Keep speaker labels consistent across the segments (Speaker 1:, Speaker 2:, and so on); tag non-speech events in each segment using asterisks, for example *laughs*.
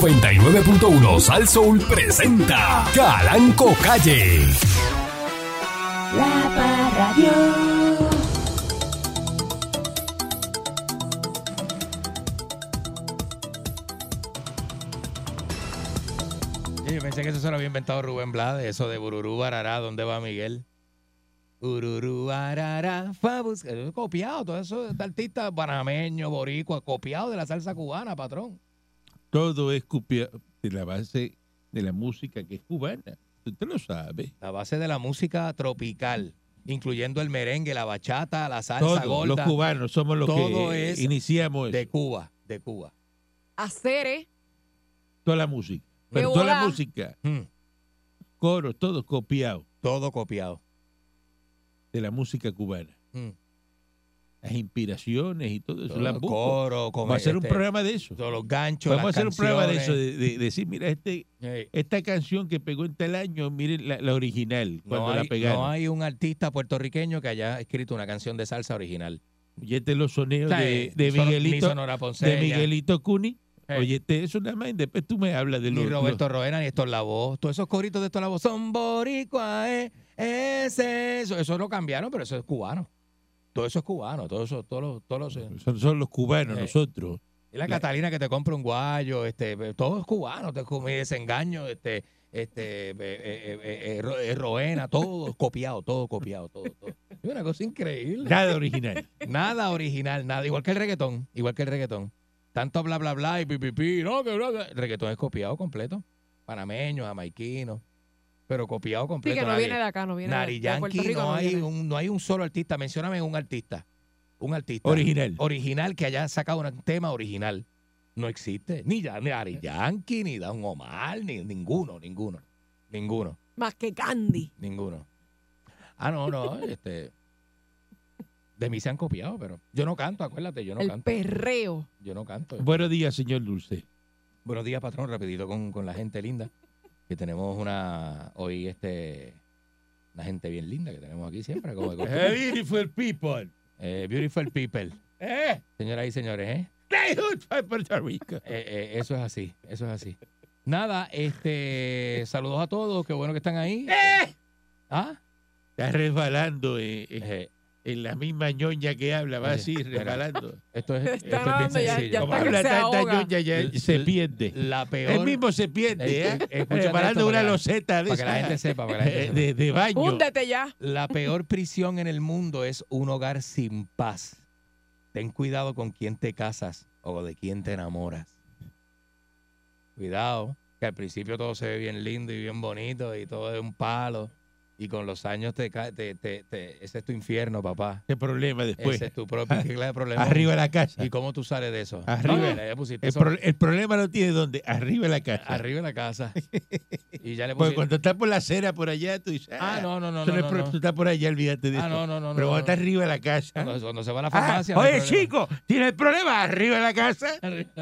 Speaker 1: 99.1 Sal Soul presenta Calanco Calle.
Speaker 2: La Parradio.
Speaker 3: Yo pensé que eso se lo había inventado Rubén Blades, eso de Bururú Barará, ¿dónde va Miguel? Bururú Barará, Fabus. Eso es eh, copiado, todo eso es de artistas panameños, boricua, copiado de la salsa cubana, patrón.
Speaker 4: todo es copia- de la base de la música que es cubana. Usted lo sabe.
Speaker 3: La base de la música tropical, incluyendo el merengue, la bachata, la salsa
Speaker 4: Todos los
Speaker 3: gorda
Speaker 4: cubanos somos los
Speaker 3: Todo
Speaker 4: que
Speaker 3: es
Speaker 4: iniciamos
Speaker 3: de
Speaker 4: eso,
Speaker 3: Cuba, de Cuba.
Speaker 5: hacer, ¿eh?
Speaker 4: toda la música. Pero toda la
Speaker 5: volá.
Speaker 4: música,
Speaker 3: Hmm,
Speaker 4: coros, todo copiado
Speaker 3: todo copiado.
Speaker 4: de la música cubana.
Speaker 3: Hmm,
Speaker 4: Las inspiraciones y todo eso.
Speaker 3: todo
Speaker 4: las
Speaker 3: el
Speaker 4: busco.
Speaker 3: coro, este,
Speaker 4: Vamos a hacer un programa de eso.
Speaker 3: Todos los ganchos,
Speaker 4: Vamos a
Speaker 3: las
Speaker 4: hacer un programa de eso,
Speaker 3: canciones.
Speaker 4: de, de- decir, mira, este,
Speaker 3: Eh,
Speaker 4: esta canción que pegó en tal año, miren la, la original, cuando
Speaker 3: no, hay,
Speaker 4: la pegaron.
Speaker 3: no hay un artista puertorriqueño que haya escrito una canción de salsa original.
Speaker 4: Oyete los soneos
Speaker 3: O sea,
Speaker 4: de,
Speaker 3: eh,
Speaker 4: de
Speaker 3: ni Sonor- ni
Speaker 4: Miguelito,
Speaker 3: Sonora Ponceña,
Speaker 4: de Miguelito Cuni.
Speaker 3: Eh.
Speaker 4: Oyete eso nada más y después tú me hablas de
Speaker 3: Ni
Speaker 4: los- los,
Speaker 3: Roberto Roena, ni Héctor Lavoz. Todos esos coritos de Héctor Lavoz son boricua, eh, es eso. Eso lo cambiaron, pero eso es cubano. Todo eso es cubano. Todo eso, todos los- todos los- eh,
Speaker 4: Son, son los cubanos,
Speaker 3: Eh.
Speaker 4: nosotros.
Speaker 3: y la
Speaker 4: La-
Speaker 3: Catalina que te compra un guayo, este, eh, todo es cubano. Te mi desengaño, este, este, eh, eh, eh, eh, Ro- eh, Roena, todo es copiado, todo copiado, todo, todo. Es una cosa increíble.
Speaker 4: Nada
Speaker 3: *laughs*
Speaker 4: original.
Speaker 3: Nada original, nada. Igual que el reggaetón, igual que el reggaetón. Tanto bla, bla, bla y pipipi, no, que bla, bla. El reggaetón es copiado completo. Panameño, jamaiquino, pero copiado
Speaker 5: Sí,
Speaker 3: completo.
Speaker 5: que no
Speaker 3: Nari-
Speaker 5: viene de acá, no viene
Speaker 3: Nari
Speaker 5: de, de Puerto
Speaker 3: Yankee,
Speaker 5: Rico.
Speaker 3: no, hay
Speaker 5: viene.
Speaker 3: un, no hay un solo artista. Mencióname un artista. Un artista.
Speaker 4: original.
Speaker 3: Original que haya sacado un tema original. No existe. Ni, ya- ni Ari Yankee, ni Don Omar, ni ninguno, ninguno. Ninguno,
Speaker 5: Más que Candy.
Speaker 3: ninguno. Ah, no,
Speaker 5: *laughs*
Speaker 3: no, este. De mí se han copiado, pero yo no canto, acuérdate, yo no
Speaker 5: el
Speaker 3: canto.
Speaker 5: perreo.
Speaker 3: Yo no canto.
Speaker 4: Buenos días, señor Dulce.
Speaker 3: Buenos días, patrón, rapidito con, con la gente linda. Que tenemos una, hoy este, una gente bien linda que tenemos aquí siempre. Como
Speaker 5: *laughs*
Speaker 3: de costumbre.
Speaker 4: Beautiful people.
Speaker 3: Eh, beautiful people.
Speaker 4: Eh,
Speaker 3: Señoras y señores, ¿eh?
Speaker 4: neighborhood of Puerto Rico.
Speaker 3: Eh, eh, eso es así, eso es así. Nada, este, saludos a todos, qué bueno que
Speaker 5: *laughs*
Speaker 3: están ahí.
Speaker 4: Eh,
Speaker 3: ¿Ah?
Speaker 4: Está resbalando eh, eh,
Speaker 3: Eh,
Speaker 4: en la misma ñoña que habla, va
Speaker 3: Oye,
Speaker 4: así,
Speaker 3: espera.
Speaker 4: resbalando.
Speaker 3: esto es,
Speaker 5: Está
Speaker 3: esto es bien
Speaker 5: grabando ya,
Speaker 3: sencillo.
Speaker 5: ya
Speaker 4: Como
Speaker 5: está que
Speaker 4: habla
Speaker 5: se
Speaker 4: tanta
Speaker 5: ahoga.
Speaker 4: ñoña, ya
Speaker 3: L-
Speaker 4: se
Speaker 3: l-
Speaker 4: pierde.
Speaker 3: La peor.
Speaker 4: Él mismo se
Speaker 3: Eh,
Speaker 4: pierde,
Speaker 3: eh,
Speaker 4: ¿eh?
Speaker 3: escucha esto
Speaker 4: Preparando una
Speaker 3: para-
Speaker 4: loseta de
Speaker 3: para que la
Speaker 4: esas,
Speaker 3: gente sepa, para que la *laughs* gente
Speaker 4: eh,
Speaker 3: sepa.
Speaker 4: de, de baño.
Speaker 5: Húndete ya.
Speaker 3: La peor prisión en el mundo es un hogar sin paz. Ten cuidado con quién te casas o de quién te enamoras. Cuidado, que al principio todo se ve bien lindo y bien bonito y todo es un palo. Y con los años te, ca- te, te- te- ese es tu infierno, papá.
Speaker 4: Qué problema después.
Speaker 3: ese es tu propio ¿qué clase de problema.
Speaker 4: Pues, Arriba de la casa.
Speaker 3: ¿Y cómo tú sales de eso?
Speaker 4: Arriba.
Speaker 3: No, ya- ya pusiste
Speaker 4: El,
Speaker 3: eso.
Speaker 4: pro- el problema lo tiene donde? Arriba de la casa.
Speaker 3: Arriba de
Speaker 4: *laughs*
Speaker 3: la casa. Y ya le
Speaker 4: Porque
Speaker 3: pusiste.
Speaker 4: cuando estás por la acera por allá, tú dices,
Speaker 3: Ah, no, no, no.
Speaker 4: Pues Eso no
Speaker 3: no,
Speaker 4: es
Speaker 3: no,
Speaker 4: pro-
Speaker 3: no.
Speaker 4: Tú estás por allá, olvídate de
Speaker 3: Ah,
Speaker 4: eso.
Speaker 3: no, no, no.
Speaker 4: Pero cuando
Speaker 3: no, no.
Speaker 4: está arriba de la casa.
Speaker 3: Cuando, cuando se va a la
Speaker 4: Ah,
Speaker 3: farmacia. no hay
Speaker 4: oye,
Speaker 3: problema.
Speaker 4: chico, ¿tiene el problema arriba de la casa? *laughs* Arriba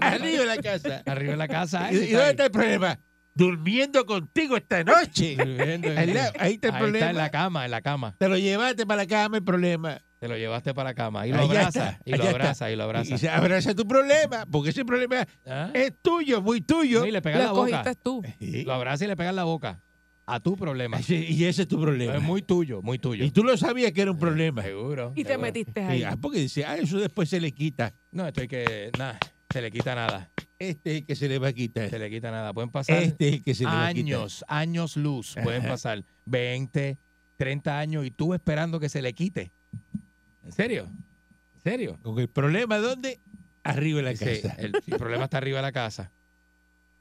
Speaker 3: Arriba.
Speaker 4: de la casa.
Speaker 3: Arriba en la casa.
Speaker 4: ¿Y,
Speaker 3: ese
Speaker 4: y dónde
Speaker 3: Ah,
Speaker 4: está
Speaker 3: está
Speaker 4: el problema? Durmiendo contigo esta noche.
Speaker 3: ahí, durmiendo,
Speaker 4: Ahí la- ahí está el
Speaker 3: ahí
Speaker 4: problema.
Speaker 3: en la cama, en la cama.
Speaker 4: Te lo llevaste para la cama el problema.
Speaker 3: Te lo llevaste para la cama. Y lo
Speaker 4: Allá
Speaker 3: abraza.
Speaker 4: está,
Speaker 3: Y lo
Speaker 4: allá
Speaker 3: abraza, y lo
Speaker 4: Y,
Speaker 3: abraza.
Speaker 4: y se Eh, abraza tu problema, porque ese problema
Speaker 3: ¿Ah?
Speaker 4: es tuyo, muy tuyo.
Speaker 3: No, y le pegas la
Speaker 5: Lo
Speaker 3: boca. Eh,
Speaker 5: cogiste tú.
Speaker 4: Sí.
Speaker 3: Lo abraza y le pegas la boca. A tu problema.
Speaker 4: Ese- Y ese es tu
Speaker 3: Es
Speaker 4: problema.
Speaker 3: muy tuyo, muy tuyo.
Speaker 4: Y tú lo sabías que era un problema.
Speaker 3: Seguro.
Speaker 5: Y te
Speaker 3: seguro.
Speaker 5: metiste
Speaker 4: Y,
Speaker 5: ahí.
Speaker 4: ah, porque dice, ah, eso después se le quita.
Speaker 3: No, esto hay que. Nada. Se le quita nada.
Speaker 4: Este es el que se le va a quitar.
Speaker 3: Se le quita nada. Pueden pasar
Speaker 4: Este es el que se le va a quitar.
Speaker 3: años, años luz. Pueden
Speaker 4: Ajá.
Speaker 3: pasar 20, 30 años y tú esperando que se le quite. ¿En serio? ¿En serio?
Speaker 4: Con el problema, ¿dónde? Arriba de la
Speaker 3: Dice,
Speaker 4: casa.
Speaker 3: el, el problema está arriba de la casa.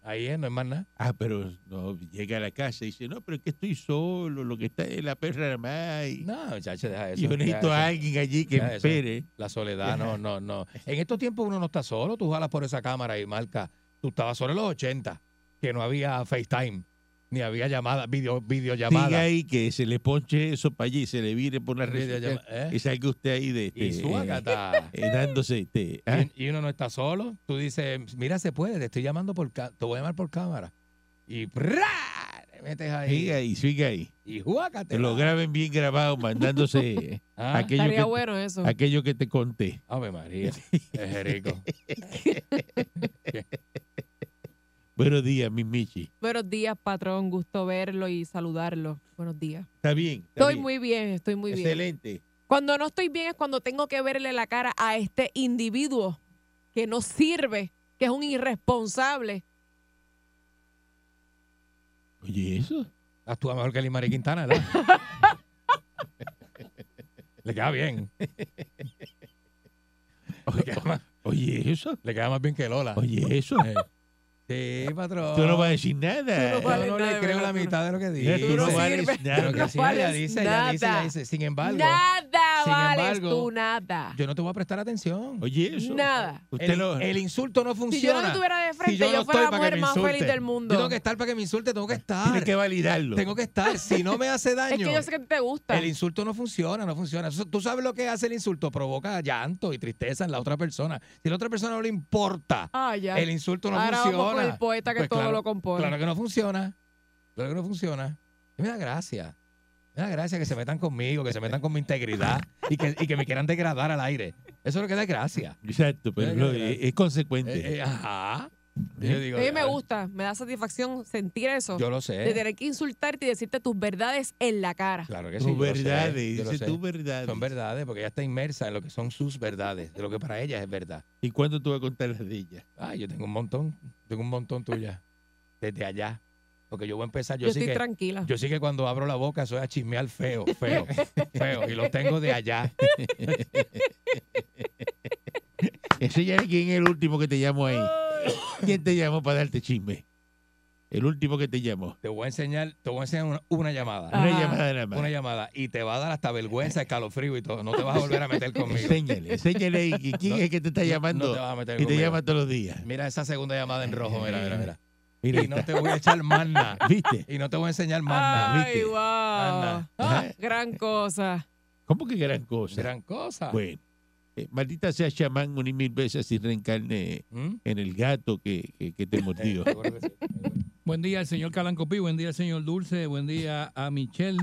Speaker 3: Ahí es, no es más nada.
Speaker 4: Ah, pero no, llega a la casa y dice, no, pero es que estoy solo, lo que está es la perra nada más. Y,
Speaker 3: No, muchacho, deja eso.
Speaker 4: y yo
Speaker 3: deja
Speaker 4: necesito a
Speaker 3: eso.
Speaker 4: alguien allí que
Speaker 3: Ya,
Speaker 4: me
Speaker 3: eso.
Speaker 4: espere.
Speaker 3: La soledad, no, no, no. En estos tiempos uno no está solo. Tú jalas por esa cámara y marca. Tú estabas solo en los 80, que no había FaceTime, ni había llamadas, video,
Speaker 4: Diga
Speaker 3: videollamadas.
Speaker 4: ahí que se le ponche eso para allí y se le vire por la red.
Speaker 3: Videollama-
Speaker 4: social
Speaker 3: ¿eh?
Speaker 4: Y salga usted ahí de este,
Speaker 3: Y
Speaker 4: eh,
Speaker 3: *laughs* suácata.
Speaker 4: eh, dándose este. ah,
Speaker 3: Y, y uno no está solo. Tú dices, mira, se puede, te estoy llamando por ca- te voy a llamar por cámara. Y ¡prá! te metes ahí.
Speaker 4: siga ahí, siga ahí.
Speaker 3: Y
Speaker 4: Que
Speaker 3: juácate.
Speaker 4: lo graben bien grabado, mandándose eh,
Speaker 3: *laughs* Ah,
Speaker 4: aquello,
Speaker 5: Estaría
Speaker 4: que,
Speaker 5: bueno eso.
Speaker 3: *laughs*
Speaker 4: aquello que te conté.
Speaker 3: Ave María, es rico. Buenos días, mis Michi.
Speaker 5: Buenos días, patrón. Gusto verlo y saludarlo. Buenos días.
Speaker 3: Está bien. está
Speaker 5: Estoy
Speaker 3: bien.
Speaker 5: muy bien, estoy muy bien.
Speaker 3: Excelente.
Speaker 5: Cuando no estoy bien es cuando tengo que verle la cara a este individuo que no sirve, que es un irresponsable.
Speaker 3: Oye, eso.
Speaker 4: Actúa mejor que Limari Quintana,
Speaker 3: *laughs*
Speaker 4: ¿verdad? Le queda bien. Le queda, más,
Speaker 3: Oye, eso.
Speaker 4: le queda más bien que Lola. Eh.
Speaker 3: Oye, eso.
Speaker 4: Sí, patrón.
Speaker 3: Tú no vas a decir nada.
Speaker 5: Tú no vas a- Vale,
Speaker 4: Yo no le
Speaker 5: nada,
Speaker 4: creo
Speaker 5: ¿verdad?
Speaker 4: la mitad de lo que
Speaker 3: Mira,
Speaker 4: dice.
Speaker 3: tú no
Speaker 5: Sí,
Speaker 3: vales
Speaker 5: sirve.
Speaker 3: nada.
Speaker 4: Pero
Speaker 5: *laughs*
Speaker 4: que
Speaker 5: No
Speaker 4: sí, ella
Speaker 5: vales
Speaker 4: dice, ella dice, ella
Speaker 5: nada.
Speaker 4: dice. Sin embargo,
Speaker 5: nada
Speaker 4: sin
Speaker 5: vales
Speaker 4: embargo,
Speaker 5: tú, nada.
Speaker 4: yo no te voy a prestar atención.
Speaker 3: Oye, eso.
Speaker 5: Nada.
Speaker 3: Usted
Speaker 4: el,
Speaker 3: lo-
Speaker 4: el insulto no
Speaker 5: si yo no
Speaker 4: funciona.
Speaker 5: lo tuviera de frente,
Speaker 4: Si yo
Speaker 5: yo,
Speaker 4: no
Speaker 5: fuera la
Speaker 4: estoy para
Speaker 5: mujer
Speaker 4: que me
Speaker 5: más feliz
Speaker 4: insulten.
Speaker 5: del
Speaker 4: Yo
Speaker 5: mundo.
Speaker 4: tengo que estar para que me insulte, tengo que estar.
Speaker 3: Tiene que validarlo.
Speaker 4: Tengo que estar. Si no me hace
Speaker 5: *laughs*
Speaker 4: daño.
Speaker 5: es que yo sé que te gusta.
Speaker 4: El insulto no funciona, no funciona. Eso- Tú sabes lo que hace el insulto, provoca llanto y tristeza en la otra persona. Si a la otra persona no le importa,
Speaker 5: Ah, ya.
Speaker 4: el insulto no
Speaker 5: Ahora
Speaker 4: funciona.
Speaker 5: vamos con el poeta que
Speaker 4: Pues
Speaker 5: todo
Speaker 4: claro,
Speaker 5: lo compone.
Speaker 4: Claro que no funciona. Claro que no funciona. Y Me da gracia. Me da gracia que se metan conmigo, que se metan con mi integridad y que, y que me quieran degradar al aire. Eso es lo que da gracia.
Speaker 3: Exacto, pero
Speaker 4: Mira,
Speaker 3: no,
Speaker 4: mira.
Speaker 3: es, es consecuente.
Speaker 4: Eh, eh, ajá. Yo digo,
Speaker 5: a mí me
Speaker 4: "Ah,
Speaker 5: gusta, me da satisfacción sentir eso.
Speaker 4: Yo lo
Speaker 5: de
Speaker 4: sé.
Speaker 5: tener que insultarte y decirte tus verdades en la cara.
Speaker 4: Claro que sí.
Speaker 3: tus
Speaker 4: yo lo sé,
Speaker 3: verdades,
Speaker 4: yo lo
Speaker 3: dice
Speaker 4: sé.
Speaker 3: tus verdades.
Speaker 4: Son verdades porque ella está inmersa en lo que son sus verdades, de lo que para ella es verdad.
Speaker 3: ¿Y cuándo tú vas a contar las de ella?
Speaker 4: Ah, yo tengo un montón, tengo un montón tuya. Desde allá. Porque yo voy a empezar, yo,
Speaker 5: Yo
Speaker 4: sí
Speaker 5: estoy
Speaker 4: que
Speaker 5: tranquila.
Speaker 4: yo sí que cuando abro la boca soy a chismear feo,
Speaker 5: *laughs*
Speaker 4: feo, feo. Y lo tengo de allá.
Speaker 3: Ese ya es quién es el último que te llamó ahí. ¿Quién te llamó para darte chisme? El último que te llamó.
Speaker 4: Te voy a enseñar, te voy a enseñar una, una llamada.
Speaker 5: Ah.
Speaker 3: Una llamada nada más.
Speaker 4: Una llamada. Y te va a dar hasta vergüenza, escalofrío y todo. No te vas a volver a meter conmigo.
Speaker 3: Enséñale, enséñale ahí que- quién
Speaker 4: No,
Speaker 3: es el que te está llamando
Speaker 4: No te vas a meter
Speaker 3: y te
Speaker 4: conmigo.
Speaker 3: llama todos los días.
Speaker 4: Mira esa segunda llamada en rojo, mira, mira, mira.
Speaker 3: Mira,
Speaker 4: Y no
Speaker 3: está.
Speaker 4: te voy a echar más nada.
Speaker 3: ¿viste?
Speaker 4: Y no te voy a enseñar más nada.
Speaker 5: Ay,
Speaker 3: ¿viste?
Speaker 5: wow.
Speaker 4: Anda.
Speaker 5: Ah,
Speaker 4: ¿Eh?
Speaker 5: gran cosa.
Speaker 3: ¿Cómo que gran cosa?
Speaker 4: Gran cosa.
Speaker 3: Bueno, eh, maldita sea chamán un y mil veces y reencarne
Speaker 4: ¿Mm?
Speaker 3: en el gato que, que- que te mordió.
Speaker 4: Seguro que *laughs* sí.
Speaker 6: Buen día al señor Calancopi, buen día al señor Dulce, buen día a Michelle.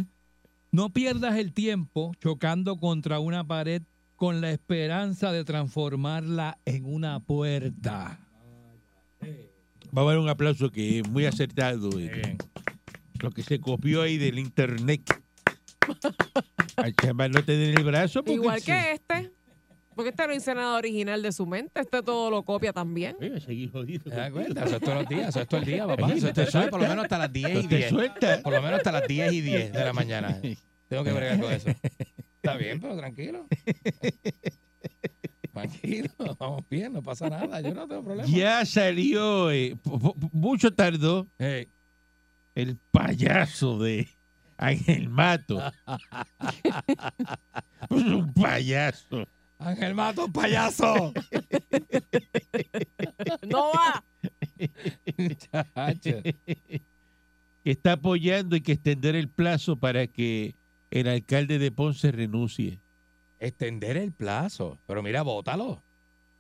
Speaker 6: No pierdas el tiempo chocando contra una pared con la esperanza de transformarla en una puerta.
Speaker 3: Va a haber un aplauso que es muy acertado. eh,
Speaker 4: Bien.
Speaker 3: Lo que se copió ahí
Speaker 4: *laughs*
Speaker 3: del internet. Al chamán no te den el brazo porque
Speaker 5: Igual
Speaker 3: se-
Speaker 5: que este. Porque este no hice nada original de su mente. Este todo lo copia
Speaker 4: *laughs*
Speaker 5: también.
Speaker 3: Voy a seguir jodido.
Speaker 4: ¿Te das cuenta? Eso es todos los días, eso es todo el día, papá. Eso,
Speaker 3: te
Speaker 4: eso es por lo menos hasta las 10 y
Speaker 3: No te
Speaker 4: 10.
Speaker 3: suelta.
Speaker 4: Por lo menos hasta las 10 y 10 de la mañana. Tengo que bregar con eso. Está bien, pero tranquilo. Tranquilo, vamos bien, no pasa nada, yo no tengo problema.
Speaker 3: Ya salió, eh, po- po- mucho tardó,
Speaker 4: Hey,
Speaker 3: el payaso de Ángel Mato. Es un payaso.
Speaker 4: Ángel Mato, payaso.
Speaker 5: No va.
Speaker 4: Chacho.
Speaker 3: que está apoyando y que extender el plazo para que el alcalde de Ponce renuncie.
Speaker 4: Extender el plazo, pero mira, bótalo.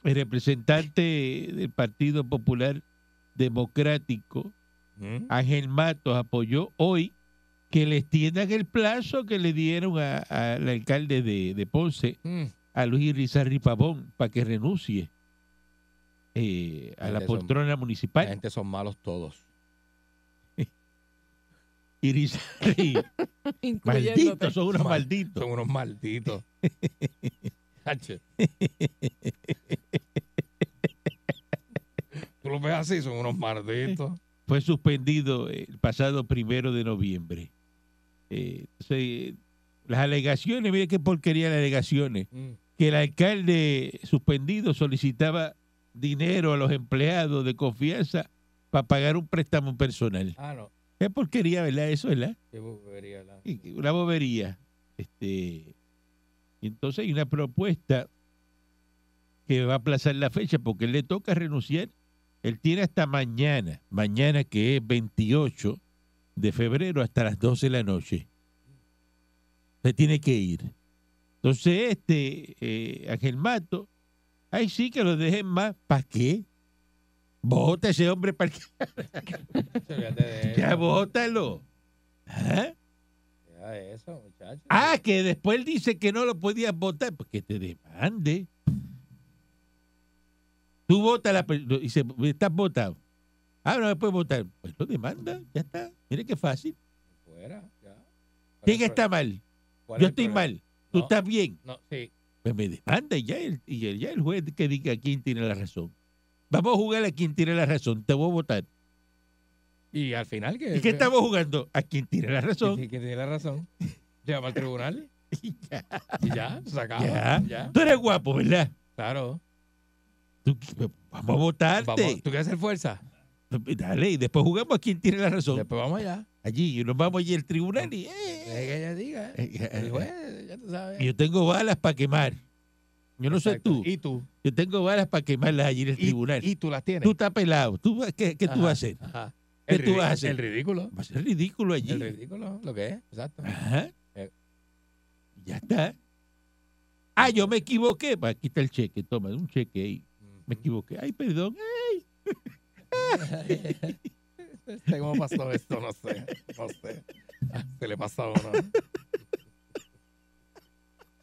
Speaker 3: El representante del Partido Popular Democrático,
Speaker 4: ¿Mm?
Speaker 3: Ángel Matos, apoyó hoy que le extiendan el plazo que le dieron a- al alcalde de, de Ponce,
Speaker 4: Mm.
Speaker 3: a Luis Rizarri Pavón, para que renuncie eh, a la
Speaker 4: Gente, son-
Speaker 3: poltrona
Speaker 4: La
Speaker 3: municipal.
Speaker 4: gente son malos todos.
Speaker 3: Y Irizarry,
Speaker 5: Incluyéndote.
Speaker 3: malditos, son unos
Speaker 4: Mal-
Speaker 3: malditos.
Speaker 4: Son unos malditos. *laughs* Chacho. Tú los ves así, son unos malditos.
Speaker 3: fue suspendido el pasado primero de noviembre. Eh, se- las alegaciones, mire qué porquería las alegaciones,
Speaker 4: Mm.
Speaker 3: que el alcalde suspendido solicitaba dinero a los empleados de confianza para pagar un préstamo personal.
Speaker 4: Ah, no.
Speaker 3: Qué porquería, ¿verdad? Eso, ¿verdad?
Speaker 4: Qué bobería, la-
Speaker 3: Y- y Una bobería. Este, y entonces hay una propuesta que va a aplazar la fecha porque le toca renunciar. Él tiene hasta mañana, mañana que es 28 de febrero hasta las 12 de la noche. Se tiene que ir. Entonces este eh, Ángel Mato, ahí sí que lo dejen más. ¿Para qué? Bota ese hombre para que
Speaker 4: *laughs* Se olvídate de eso.
Speaker 3: ya bótalo. ¿Ah?
Speaker 4: Ya eso, muchacho.
Speaker 3: Ah, que después él dice que no lo podías votar, pues que te demande. Tú votas la per- y se estás votado. Ah, no me puede votar. Pues lo demanda, ya está. Mire qué fácil.
Speaker 4: Fuera, ya. ¿Cuál
Speaker 3: ¿Quién
Speaker 4: es el
Speaker 3: está
Speaker 4: problema?
Speaker 3: mal?
Speaker 4: ¿Cuál
Speaker 3: Yo
Speaker 4: es el
Speaker 3: estoy
Speaker 4: problema?
Speaker 3: mal. Tú
Speaker 4: No.
Speaker 3: estás bien.
Speaker 4: No, sí.
Speaker 3: Pues me demanda y ya el, y el- ya el juez que diga quién tiene la razón. Vamos a jugar a quién tiene la razón. Te voy a votar.
Speaker 4: Y al final que.
Speaker 3: ¿Y qué estamos jugando? A quién tiene la
Speaker 4: que,
Speaker 3: razón.
Speaker 4: que tiene la razón. Llama al tribunal
Speaker 3: *laughs* Y ya.
Speaker 4: y ya, se acaba.
Speaker 3: Ya.
Speaker 4: ya,
Speaker 3: Tú eres guapo, ¿verdad?
Speaker 4: claro.
Speaker 3: Tú- pues, vamos a votarte.
Speaker 4: Vamos, ¿Tú quieres hacer fuerza?
Speaker 3: Dale, y después jugamos a quién tiene la razón.
Speaker 4: Después vamos allá.
Speaker 3: Allí, y nos vamos allí al tribunal y... eh,
Speaker 4: Deje que ella diga. eh.
Speaker 3: eh,
Speaker 4: El
Speaker 3: eh,
Speaker 4: juez, ya tú sabes.
Speaker 3: Yo tengo balas para quemar. Yo no
Speaker 4: Exacto.
Speaker 3: sé tú.
Speaker 4: Y tú.
Speaker 3: Yo tengo balas para quemarlas allí en el
Speaker 4: Y,
Speaker 3: tribunal.
Speaker 4: y tú las tienes.
Speaker 3: tú estás pelado. ¿Tú, vas- ¿Qué, qué tú
Speaker 4: Ajá,
Speaker 3: vas a hacer?
Speaker 4: ajá.
Speaker 3: ¿Qué
Speaker 4: El
Speaker 3: tú
Speaker 4: ridi-
Speaker 3: vas a hacer?
Speaker 4: El ridículo.
Speaker 3: Va a ser ridículo allí.
Speaker 4: El ridículo, lo que es, exacto.
Speaker 3: Ajá.
Speaker 4: Eh.
Speaker 3: Ya está. Ah, yo me equivoqué. Va, aquí está el cheque. Toma, un cheque ahí. Me equivoqué. Ay, perdón.
Speaker 4: *laughs* Este, ¿Cómo pasó esto? No sé. No sé. Ah, Se le pasó a uno.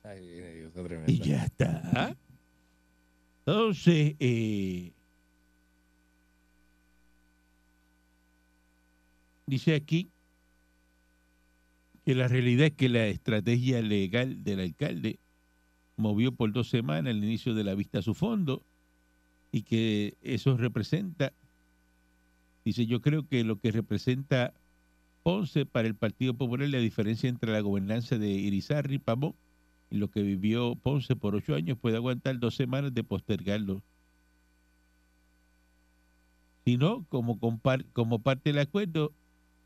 Speaker 4: Ay, viene Dios, qué
Speaker 3: Y
Speaker 4: tremendo.
Speaker 3: ya está. Entonces, eh, dice aquí que la realidad es que la estrategia legal del alcalde movió por dos semanas el inicio de la vista a su fondo y que eso representa, dice yo creo que lo que representa Ponce para el Partido Popular la diferencia entre la gobernanza de Irizarry y Pavón y lo que vivió Ponce por ocho años puede aguantar dos semanas de postergarlo. Si no, como, compar- como parte del acuerdo,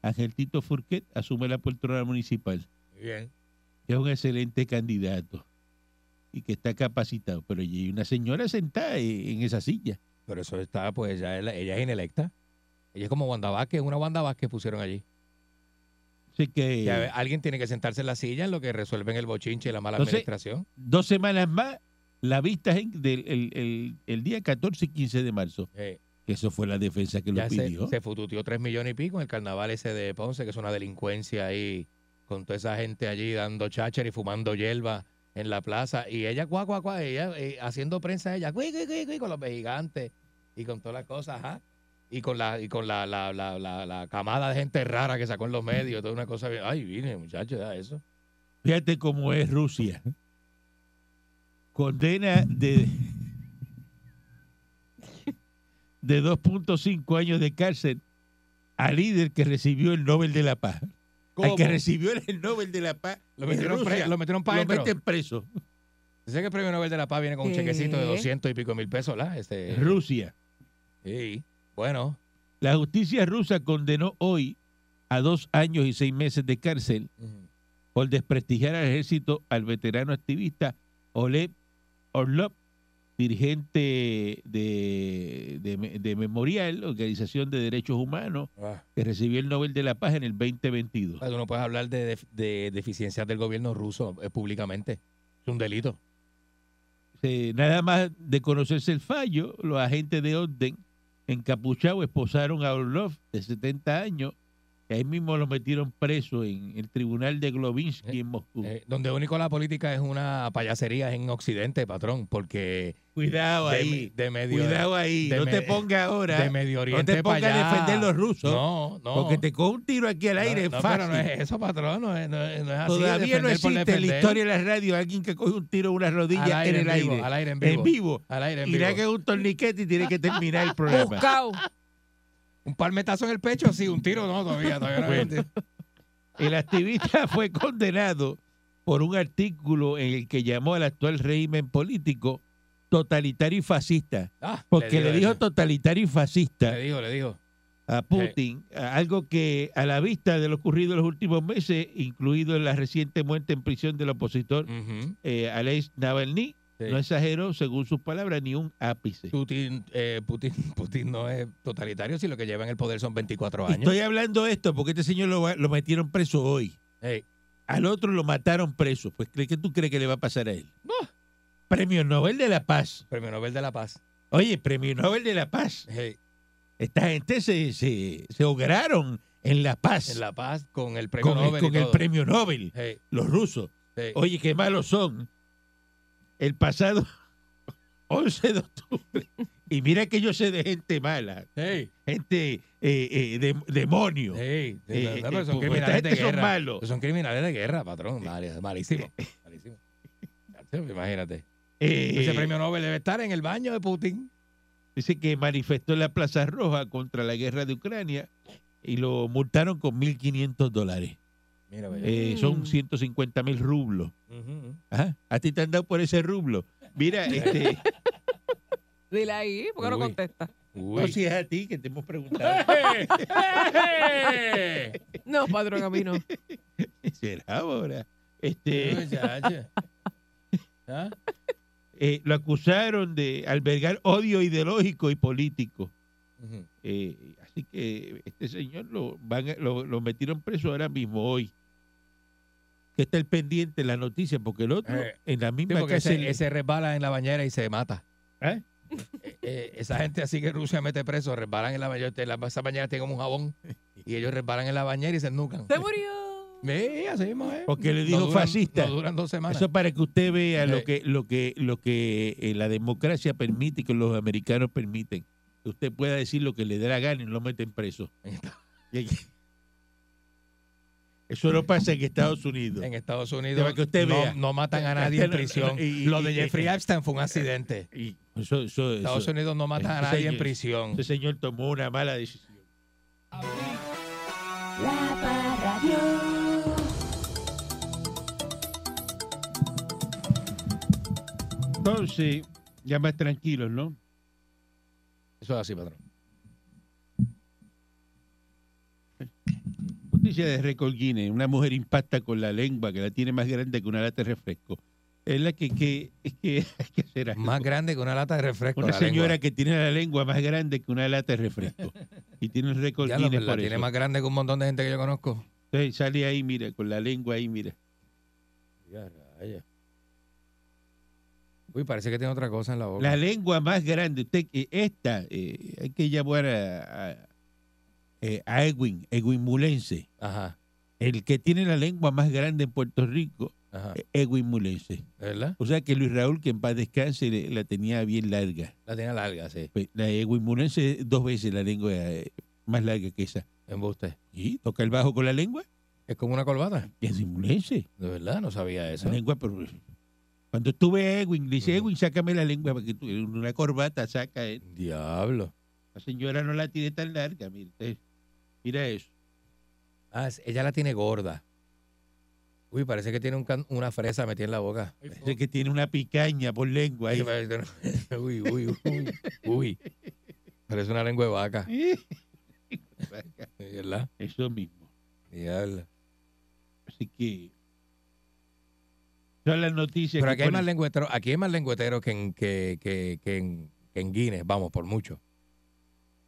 Speaker 3: Ángel Tito Furquet asume la poltrona municipal,
Speaker 4: Muy bien.
Speaker 3: que es un excelente candidato y que está capacitado. Pero allí hay una señora sentada eh, en esa silla.
Speaker 4: Pero eso está, pues ya ella, ella es inelecta. Ella es como Wanda Vázquez, una Wanda Vázquez pusieron allí.
Speaker 3: Así que
Speaker 4: Que a ver, alguien tiene que sentarse en la silla en lo que resuelven el bochinche y la mala
Speaker 3: Entonces-
Speaker 4: administración.
Speaker 3: dos semanas más, la vista es en- del el, el- el día 14 y 15 de marzo.
Speaker 4: Eh,
Speaker 3: que Eso fue la defensa que lo
Speaker 4: ya se,
Speaker 3: pidió.
Speaker 4: se fututeó tres millones y pico en el carnaval ese de Ponce, que es una delincuencia ahí, con toda esa gente allí dando cháchara y fumando hierba en la plaza. Y ella, cuá, cuá, cuá, ella eh, haciendo prensa, ella, cuí, cuí, cuí, cuí, con los gigantes y con todas las cosas, ajá. Y con la y con la, la, la, la, la camada de gente rara que sacó en los medios, toda una cosa. bien- Ay, vine, muchachos, ya eso.
Speaker 3: Fíjate cómo es Rusia. Condena de, de 2.5 años de cárcel al líder que recibió el Nobel de la Paz. Al que recibió el Nobel de la Paz.
Speaker 4: Lo
Speaker 3: en
Speaker 4: metieron, pre-
Speaker 3: Rusia,
Speaker 4: lo metieron para
Speaker 3: lo
Speaker 4: adentro.
Speaker 3: meten preso.
Speaker 4: Dice que el premio Nobel de la Paz viene con un
Speaker 5: ¿Qué?
Speaker 4: chequecito de 200 y pico mil pesos, ¿la? Este,
Speaker 3: Rusia.
Speaker 4: sí. Bueno,
Speaker 3: La justicia rusa condenó hoy a dos años y seis meses de cárcel por desprestigiar al ejército al veterano activista Oleg Orlov, dirigente de, de- de Memorial, Organización de Derechos Humanos,
Speaker 4: Ah,
Speaker 3: que recibió el Nobel de la Paz en el 2022.
Speaker 4: tú no puedes hablar de, def- de deficiencias del gobierno ruso eh, públicamente. Es un delito.
Speaker 3: Se- Eh, nada más de conocerse el fallo, los agentes de orden encapuchados esposaron a Orlov, de 70 años, y ahí mismo lo metieron preso en el tribunal de Glovinsky en Moscú.
Speaker 4: Eh, donde único la política es una payasería es en Occidente, patrón, porque
Speaker 3: cuidado
Speaker 4: de,
Speaker 3: ahí,
Speaker 4: de Medio,
Speaker 3: cuidado ahí,
Speaker 4: de
Speaker 3: no te
Speaker 4: me-
Speaker 3: ponga ahora.
Speaker 4: de medio
Speaker 3: No
Speaker 4: Oriente
Speaker 3: te pongas
Speaker 4: para allá.
Speaker 3: a defender los rusos,
Speaker 4: No, no.
Speaker 3: porque te coge un tiro aquí al aire.
Speaker 4: no, no,
Speaker 3: fácil.
Speaker 4: pero no es eso, patrón. No es, no es- no es así.
Speaker 3: Todavía no
Speaker 4: defender por
Speaker 3: existe en la
Speaker 4: defender.
Speaker 3: historia de la radio alguien que coge un tiro en una
Speaker 4: Al
Speaker 3: rodilla en
Speaker 4: aire,
Speaker 3: el
Speaker 4: en vivo,
Speaker 3: aire.
Speaker 4: al aire en
Speaker 3: En
Speaker 4: vivo.
Speaker 3: vivo.
Speaker 4: Al aire en
Speaker 3: Y le
Speaker 4: vivo.
Speaker 3: hagan un torniquete y tiene que terminar el programa.
Speaker 5: Buscao.
Speaker 4: Un palmetazo en el pecho, sí, un tiro no, todavía, todavía no.
Speaker 3: Bueno. El activista *laughs* fue condenado por un artículo en el que llamó al actual régimen político totalitario y fascista.
Speaker 4: Ah,
Speaker 3: Porque le,
Speaker 4: digo
Speaker 3: dijo
Speaker 4: eso.
Speaker 3: totalitario y fascista.
Speaker 4: Le dijo, le dijo.
Speaker 3: a Putin, a- algo que a la vista de lo ocurrido en los últimos meses, incluido la reciente muerte en prisión del opositor
Speaker 4: Ujú.
Speaker 3: eh, Aleix Navalny,
Speaker 4: Sí.
Speaker 3: no exageró, según sus palabras, ni un ápice.
Speaker 4: Putin, eh, Putin, *laughs* Putin no es totalitario si lo que lleva en el poder son 24
Speaker 3: Y
Speaker 4: años.
Speaker 3: Estoy hablando esto porque este señor lo, va- lo metieron preso hoy.
Speaker 4: Ey,
Speaker 3: Al otro lo mataron preso. Pues, ¿qué qué tú crees que le va a pasar a él? Premio Nobel de la Paz.
Speaker 4: premio Nobel de la Paz.
Speaker 3: Oye, Premio Nobel de la Paz.
Speaker 4: Ey,
Speaker 3: Esta gente se, se, se lograron en la paz
Speaker 4: en la Paz con el premio
Speaker 3: con, el,
Speaker 4: Nobel. y
Speaker 3: con el
Speaker 4: todo.
Speaker 3: Premio Nobel,
Speaker 4: Ey,
Speaker 3: los rusos.
Speaker 4: ey.
Speaker 3: Oye, *laughs* qué malos son. El pasado 11 de octubre Y mira que yo sé de gente mala,
Speaker 4: Hey,
Speaker 3: gente eh, eh, de- demonio.
Speaker 4: hey,
Speaker 3: Eh,
Speaker 4: no,
Speaker 3: eh,
Speaker 4: pero son
Speaker 3: porque
Speaker 4: criminales
Speaker 3: esta gente
Speaker 4: de
Speaker 3: son
Speaker 4: guerra.
Speaker 3: malos.
Speaker 4: Son criminales de guerra, patrón. mal- Malísimo. malísimo. Imagínate.
Speaker 3: Eh,
Speaker 4: Ese premio Nobel debe estar en el baño de Putin.
Speaker 3: dice que manifestó en la Plaza Roja contra la guerra de Ucrania y lo multaron con 1.500 dólares.
Speaker 4: Mira,
Speaker 3: Eh,
Speaker 5: Mm.
Speaker 3: Son 150 mil rublos. Ajá, A ti te han dado por ese rublo. Mira, este,
Speaker 5: Dile ahí, porque no
Speaker 4: *laughs* Uy.
Speaker 5: contesta.
Speaker 3: no, si es a ti que te hemos preguntado. *laughs*
Speaker 5: No, patrón, a mí no.
Speaker 3: Será ahora. Este,
Speaker 4: ¿Ah?
Speaker 3: eh, lo acusaron de albergar odio ideológico y político.
Speaker 4: Ujú.
Speaker 3: Eh, así que este señor lo, van a- lo, lo metieron preso ahora mismo hoy. Que está el pendiente en la noticia, porque el otro
Speaker 4: Eh,
Speaker 3: en la
Speaker 4: Sí,
Speaker 3: misma
Speaker 4: porque
Speaker 3: cárcel-
Speaker 4: ese, ese resbala en la bañera y se mata.
Speaker 3: ¿Eh?
Speaker 4: Eh, eh, esa gente así que Rusia mete preso, resbalan en la bañera. te- la- Esa bañera tiene como un jabón. Y ellos resbalan en la bañera y se nucan.
Speaker 5: Se murió.
Speaker 4: así mismo, ¿eh?
Speaker 3: Porque le
Speaker 4: No
Speaker 3: dijo
Speaker 4: duran-
Speaker 3: fascista.
Speaker 4: no duran dos semanas.
Speaker 3: Eso para que usted vea
Speaker 4: Eh.
Speaker 3: lo que lo que lo que eh, la democracia permite y que los americanos permiten. Que usted pueda decir lo que le dé la gana y no lo meten
Speaker 4: *laughs*
Speaker 3: preso.
Speaker 4: Ahí está.
Speaker 3: Y ahí- Eso no pasa en Estados Unidos.
Speaker 4: En Estados Unidos
Speaker 3: Para que usted
Speaker 4: no,
Speaker 3: vea. Este
Speaker 4: no matan a nadie en prisión.
Speaker 3: Y-
Speaker 4: Lo de
Speaker 3: y-
Speaker 4: Jeffrey Epstein fue un accidente.
Speaker 3: Y eso, eso-
Speaker 4: Estados
Speaker 3: eso-
Speaker 4: Unidos no matan a
Speaker 3: Entonces,
Speaker 4: nadie en
Speaker 3: yo-
Speaker 4: prisión.
Speaker 3: ese señor tomó una mala decisión.
Speaker 2: La Parra Radio.
Speaker 3: Entonces, ya más tranquilos, ¿no?
Speaker 4: Eso es así, patrón.
Speaker 3: Noticia de Record Guinness. Una mujer impacta con la lengua que la tiene más grande que una lata de refresco. Es la que, que, *laughs* es que hay que hacer algo.
Speaker 4: Más grande que una lata de refresco.
Speaker 3: Una
Speaker 4: la
Speaker 3: señora
Speaker 4: lengua.
Speaker 3: que tiene la lengua más grande que una lata de refresco. Y tiene el
Speaker 4: *laughs*
Speaker 3: récord
Speaker 4: Ya lo-
Speaker 3: Guinness
Speaker 4: la
Speaker 3: por
Speaker 4: tiene
Speaker 3: eso.
Speaker 4: más grande que un montón de gente que yo conozco.
Speaker 3: Entonces sale ahí, mira, con la lengua ahí, mira.
Speaker 4: Uy, parece que tiene otra cosa en la boca.
Speaker 3: La lengua más grande, usted que esta, eh, hay que llamar a, a- eh, a Edwin, Edwin Mulense.
Speaker 4: Ajá,
Speaker 3: El que tiene la lengua más grande en Puerto Rico,
Speaker 4: ajá.
Speaker 3: eh, Edwin Mulense.
Speaker 4: ¿Verdad?
Speaker 3: O sea que Luis Raúl, que en paz descanse, le- la tenía bien larga.
Speaker 4: La tiene larga, sí.
Speaker 3: Pues, La de Edwin Mulense, dos veces la lengua eh, más larga que esa.
Speaker 4: Embuste.
Speaker 3: Y toca el bajo con la lengua,
Speaker 4: Es como una corbata.
Speaker 3: Edwin Mulense.
Speaker 4: De verdad, no sabía eso.
Speaker 3: La lengua, pero eh, cuando estuve a Edwin, le dice,
Speaker 4: Ujú.
Speaker 3: Edwin, sácame la lengua, porque tú, una corbata saca. eh.
Speaker 4: Diablo.
Speaker 3: La señora no la tiene tan larga, mira, eh, mira eso.
Speaker 4: Ah, es- ella la tiene gorda. Uy, parece que tiene un can- una fresa metida en la boca.
Speaker 3: Parece que tiene una picaña por lengua. ahí.
Speaker 4: Uy, uy, uy. Uy. Parece una lengua de *laughs* vaca. ¿Verdad?
Speaker 3: Eso mismo.
Speaker 4: Diablo.
Speaker 3: Así que son las noticias.
Speaker 4: Pero aquí
Speaker 3: que
Speaker 4: hay
Speaker 3: ponen-
Speaker 4: más lengüeteros, aquí hay más lengüeteros que en, que, que, que en, que en Guinness, vamos, por mucho.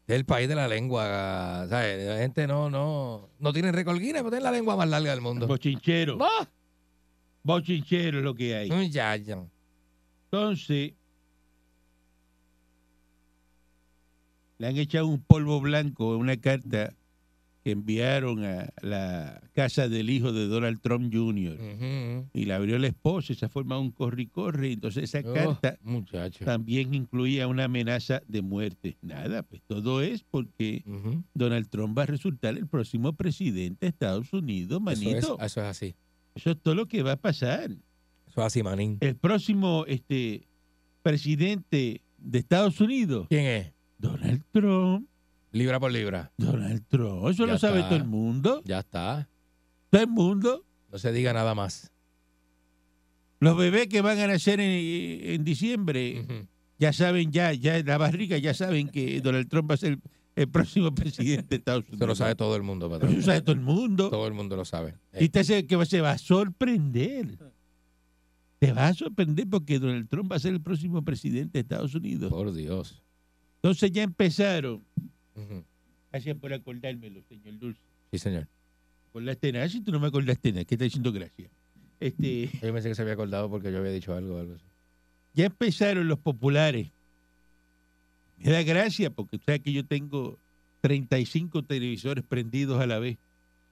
Speaker 4: Es el país de la lengua. ¿sabes? La gente no, no, no tiene récord Guinness, pero tiene la lengua más larga del mundo.
Speaker 3: Bochinchero.
Speaker 4: ¡Bah!
Speaker 3: Bochinchero es lo que hay.
Speaker 4: Uy, ya, ya.
Speaker 3: Entonces, le han echado un polvo blanco a una carta que enviaron a la casa del hijo de Donald Trump Jr.
Speaker 4: Ujú.
Speaker 3: Y la abrió la esposa y se ha formado un corre y corre. Entonces esa
Speaker 4: Oh,
Speaker 3: carta
Speaker 4: muchacho.
Speaker 3: también incluía una amenaza de muerte. Nada, pues todo es porque
Speaker 4: Ujú.
Speaker 3: Donald Trump va a resultar el próximo presidente de Estados Unidos,
Speaker 4: Eso es, ah.
Speaker 3: manito. Eso es,
Speaker 4: eso es así.
Speaker 3: todo lo que va a pasar.
Speaker 4: Eso es así, manín.
Speaker 3: El próximo este, presidente de Estados Unidos
Speaker 4: ¿Quién es?
Speaker 3: Donald Trump,
Speaker 4: Libra por libra.
Speaker 3: Donald Trump, eso
Speaker 4: Ya
Speaker 3: lo sabe
Speaker 4: está.
Speaker 3: todo el mundo,
Speaker 4: Ya está.
Speaker 3: todo el mundo.
Speaker 4: No se diga nada más.
Speaker 3: Los bebés que van a nacer en, en diciembre,
Speaker 4: Ujú.
Speaker 3: ya saben, ya, ya en la barriga, ya saben que Donald Trump va a ser el, próximo presidente de Estados Unidos.
Speaker 4: Eso lo sabe todo el mundo,
Speaker 3: Eso
Speaker 4: patrón.
Speaker 3: lo sabe todo el mundo.
Speaker 4: Todo el mundo lo sabe.
Speaker 3: Y usted sabe que va- se va a sorprender. Te va a sorprender porque Donald Trump va a ser el próximo presidente de Estados Unidos.
Speaker 4: Por Dios.
Speaker 3: Entonces ya empezaron.
Speaker 4: Ujú.
Speaker 3: Gracias por acordármelo, señor Dulce.
Speaker 4: Sí, señor.
Speaker 3: Acordaste nada, si tú no me acordaste nada, ¿qué está diciendo gracias? Este.
Speaker 4: Yo pensé que se había acordado porque yo había dicho algo. algo así.
Speaker 3: ya empezaron los populares. Me da gracia porque usted sabe que yo tengo 35 televisores prendidos a la vez.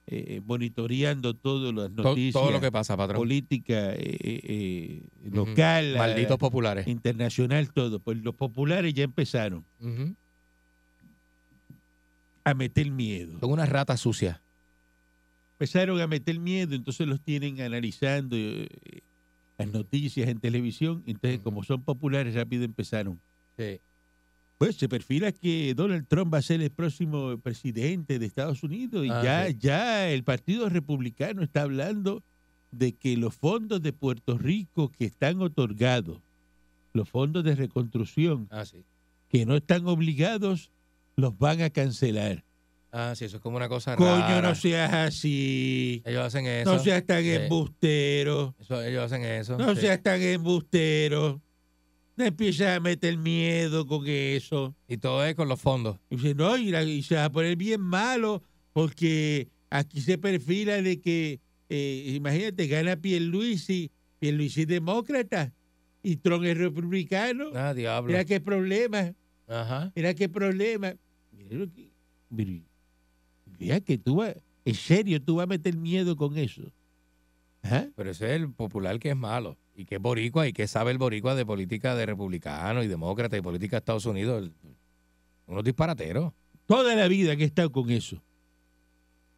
Speaker 3: eh, monitoreando todas las
Speaker 4: To-
Speaker 3: noticias
Speaker 4: todo lo que pasa, patrón.
Speaker 3: política eh, eh, eh,
Speaker 4: Ujú.
Speaker 3: local, eh,
Speaker 4: Malditos populares.
Speaker 3: internacional, todo. Pues los populares ya empezaron
Speaker 4: Ujú.
Speaker 3: a meter miedo.
Speaker 4: Son unas ratas sucias.
Speaker 3: Empezaron a meter miedo, entonces los tienen analizando eh, las noticias en televisión. Entonces,
Speaker 4: Ujú.
Speaker 3: como son populares, rápido empezaron.
Speaker 4: Sí.
Speaker 3: Pues se perfila que Donald Trump va a ser el próximo presidente de Estados Unidos y
Speaker 4: Ah,
Speaker 3: ya,
Speaker 4: sí.
Speaker 3: ya el Partido Republicano está hablando de que los fondos de Puerto Rico que están otorgados, los fondos de reconstrucción
Speaker 4: Ah, sí.
Speaker 3: que no están obligados, los van a cancelar.
Speaker 4: Ah, sí, eso es como una cosa
Speaker 3: Coño,
Speaker 4: rara.
Speaker 3: no seas así.
Speaker 4: Ellos hacen eso.
Speaker 3: No seas tan
Speaker 4: Sí.
Speaker 3: embustero.
Speaker 4: Eso- ellos hacen eso.
Speaker 3: No
Speaker 4: sí.
Speaker 3: seas tan embustero. No empiezas a meter miedo con eso.
Speaker 4: Y todo es con los fondos.
Speaker 3: Y dice, no, y, la- y se va a poner bien malo porque aquí se perfila de que, eh, imagínate, gana Pierluisi, Pierluisi es demócrata y Trump es republicano.
Speaker 4: Ah, diablo.
Speaker 3: Mira qué problema,
Speaker 4: Ajá.
Speaker 3: mira qué problema. Mira lo que- mira, mira que tú vas, en serio, tú vas a meter miedo con eso. ¿Ah? Ajá.
Speaker 4: Pero ese es el popular que es malo. Y que es boricua y que sabe el boricua de política de republicano y demócrata y política de Estados Unidos. El- Unos disparateros.
Speaker 3: Toda la vida que he estado con eso,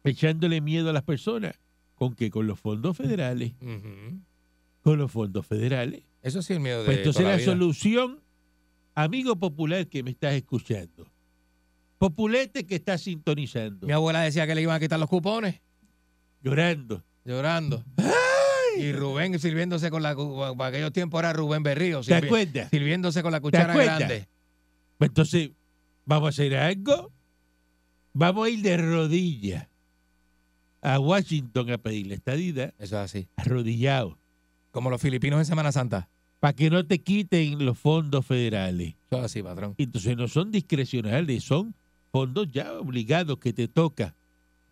Speaker 3: echándole miedo a las personas, con que con los fondos federales,
Speaker 4: Ujú.
Speaker 3: con los fondos federales.
Speaker 4: Eso sí es el miedo de
Speaker 3: Pues entonces
Speaker 4: toda la
Speaker 3: la,
Speaker 4: vida.
Speaker 3: solución, amigo popular que me estás escuchando, populete que estás sintonizando,
Speaker 4: Mi abuela decía que le iban a quitar los cupones,
Speaker 3: llorando,
Speaker 4: llorando. Y Rubén sirviéndose con la... cu- Para aquellos tiempos era Rubén Berrío.
Speaker 3: ¿te
Speaker 4: sirvi-
Speaker 3: acuerdas?
Speaker 4: Sirviéndose con la cuchara
Speaker 3: acuerdas?
Speaker 4: grande.
Speaker 3: Pues Entonces, ¿vamos a hacer algo? Vamos a ir de rodillas a Washington a pedir la estadidad,
Speaker 4: Eso es así.
Speaker 3: arrodillado,
Speaker 4: Como los filipinos en Semana Santa.
Speaker 3: para que no te quiten los fondos federales.
Speaker 4: Eso es así, patrón.
Speaker 3: Entonces no son discrecionales, son fondos ya obligados que te toca.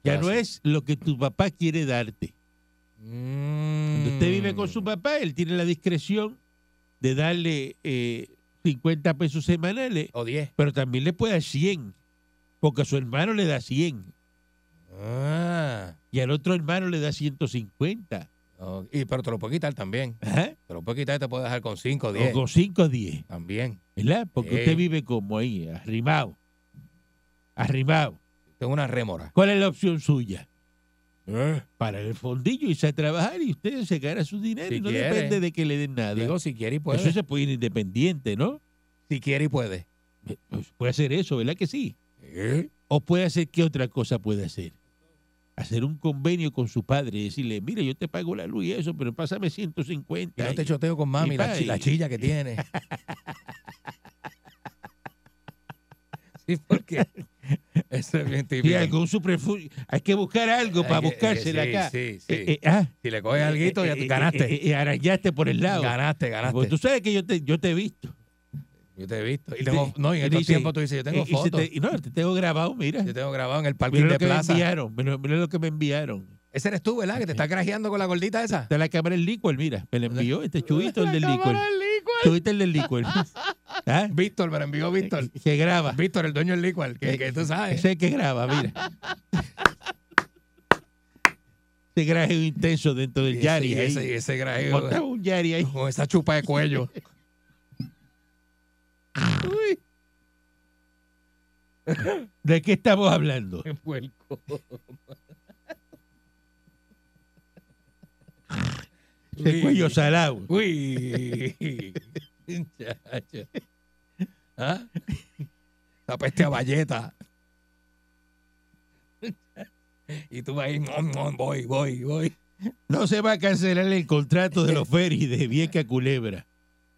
Speaker 3: Ya no
Speaker 4: Así.
Speaker 3: es lo que tu papá quiere darte. Cuando
Speaker 4: Cuando
Speaker 3: usted vive con
Speaker 4: Mm.
Speaker 3: su papá, él tiene la discreción de darle eh, 50 pesos semanales,
Speaker 4: O 10.
Speaker 3: pero también le puede dar 100, porque a su hermano le da 100
Speaker 4: Ah.
Speaker 3: y al otro hermano le da 150.
Speaker 4: O- y, pero te lo puedo quitar también.
Speaker 3: Ajá.
Speaker 4: Te lo puedo quitar y te puedo dejar con 5 o
Speaker 3: ¿ah? O
Speaker 4: 10.
Speaker 3: con 5 o 10,
Speaker 4: También.
Speaker 3: ¿verdad? Porque
Speaker 4: Sí.
Speaker 3: usted vive como ahí, arrimado. Arrimado.
Speaker 4: Tengo una rémora.
Speaker 3: ¿Cuál es la opción suya? Para el fondillo, irse a trabajar y usted se gana su dinero
Speaker 4: Si
Speaker 3: y no
Speaker 4: quiere.
Speaker 3: depende de que le den nada. Pues
Speaker 4: Digo, si quiere y puede.
Speaker 3: Eso se puede ir independiente, ¿no?
Speaker 4: Si quiere y puede.
Speaker 3: Eh, pues, Puede hacer eso, ¿verdad que sí? O puede hacer, ¿qué otra cosa puede hacer? Hacer un convenio con su padre y decirle, mira, yo te pago la luz y eso, pero pásame
Speaker 4: Y
Speaker 3: 150.
Speaker 4: no te
Speaker 3: Y-
Speaker 4: choteo con mami,
Speaker 3: Y
Speaker 4: la,
Speaker 3: pa,
Speaker 4: chi-
Speaker 3: y-
Speaker 4: la chilla que
Speaker 3: *laughs*
Speaker 4: tiene. sí, porque eso es bien
Speaker 3: y
Speaker 4: típico.
Speaker 3: algún superfugio. Hay que buscar algo para
Speaker 4: Hay que-
Speaker 3: buscársela
Speaker 4: sí,
Speaker 3: acá.
Speaker 4: Sí, sí.
Speaker 3: Eh, eh, ah,
Speaker 4: si le coges alguito, ya
Speaker 3: eh, eh,
Speaker 4: ganaste.
Speaker 3: eh, eh, arañaste por el lado.
Speaker 4: Ganaste,
Speaker 3: Porque
Speaker 4: ganaste.
Speaker 3: tú sabes que yo te, yo te he visto.
Speaker 4: Yo te he visto. Y
Speaker 3: Y
Speaker 4: tengo,
Speaker 3: te-
Speaker 4: no, y en
Speaker 3: y te
Speaker 4: estos
Speaker 3: dice-
Speaker 4: tiempos tú dices, yo tengo
Speaker 3: Eh, y se
Speaker 4: fotos.
Speaker 3: te- y no, te tengo grabado, mira.
Speaker 4: Yo tengo grabado en el
Speaker 3: Mira
Speaker 4: parking
Speaker 3: lo
Speaker 4: de
Speaker 3: que me
Speaker 4: plaza.
Speaker 3: enviaron. Mira, mira lo que me enviaron.
Speaker 4: Ese eres tú,
Speaker 3: Este.
Speaker 4: ¿verdad? Que te está grajeando con la gordita esa.
Speaker 3: Está la cámara del licor, mira. Me la envió este chubito, el del licor. Chubito, el del
Speaker 4: *laughs*
Speaker 3: licor. ¿Ah?
Speaker 4: Víctor, me lo envió Víctor.
Speaker 3: Se graba.
Speaker 4: Víctor, el dueño del licual, que, que tú sabes.
Speaker 3: Eh, Ese es el que
Speaker 4: *laughs*
Speaker 3: graba, mira. Ese grajeo intenso dentro del
Speaker 4: Y
Speaker 3: Yari.
Speaker 4: ese, y
Speaker 3: ahí.
Speaker 4: ese, y ese grajeo
Speaker 3: Montaba un Yari ahí.
Speaker 4: con esa chupa de
Speaker 3: *laughs*
Speaker 4: cuello.
Speaker 3: Uy. ¿De qué estamos hablando? *laughs*
Speaker 4: Uy.
Speaker 3: Ese cuello salado.
Speaker 4: Uy. *laughs* Chacho. ¿Ah? La peste a valleta. Y tú vas ahí, "Nom, nom, voy, voy, voy.
Speaker 3: No se va a cancelar el contrato de los ferries de Vieca a Culebra.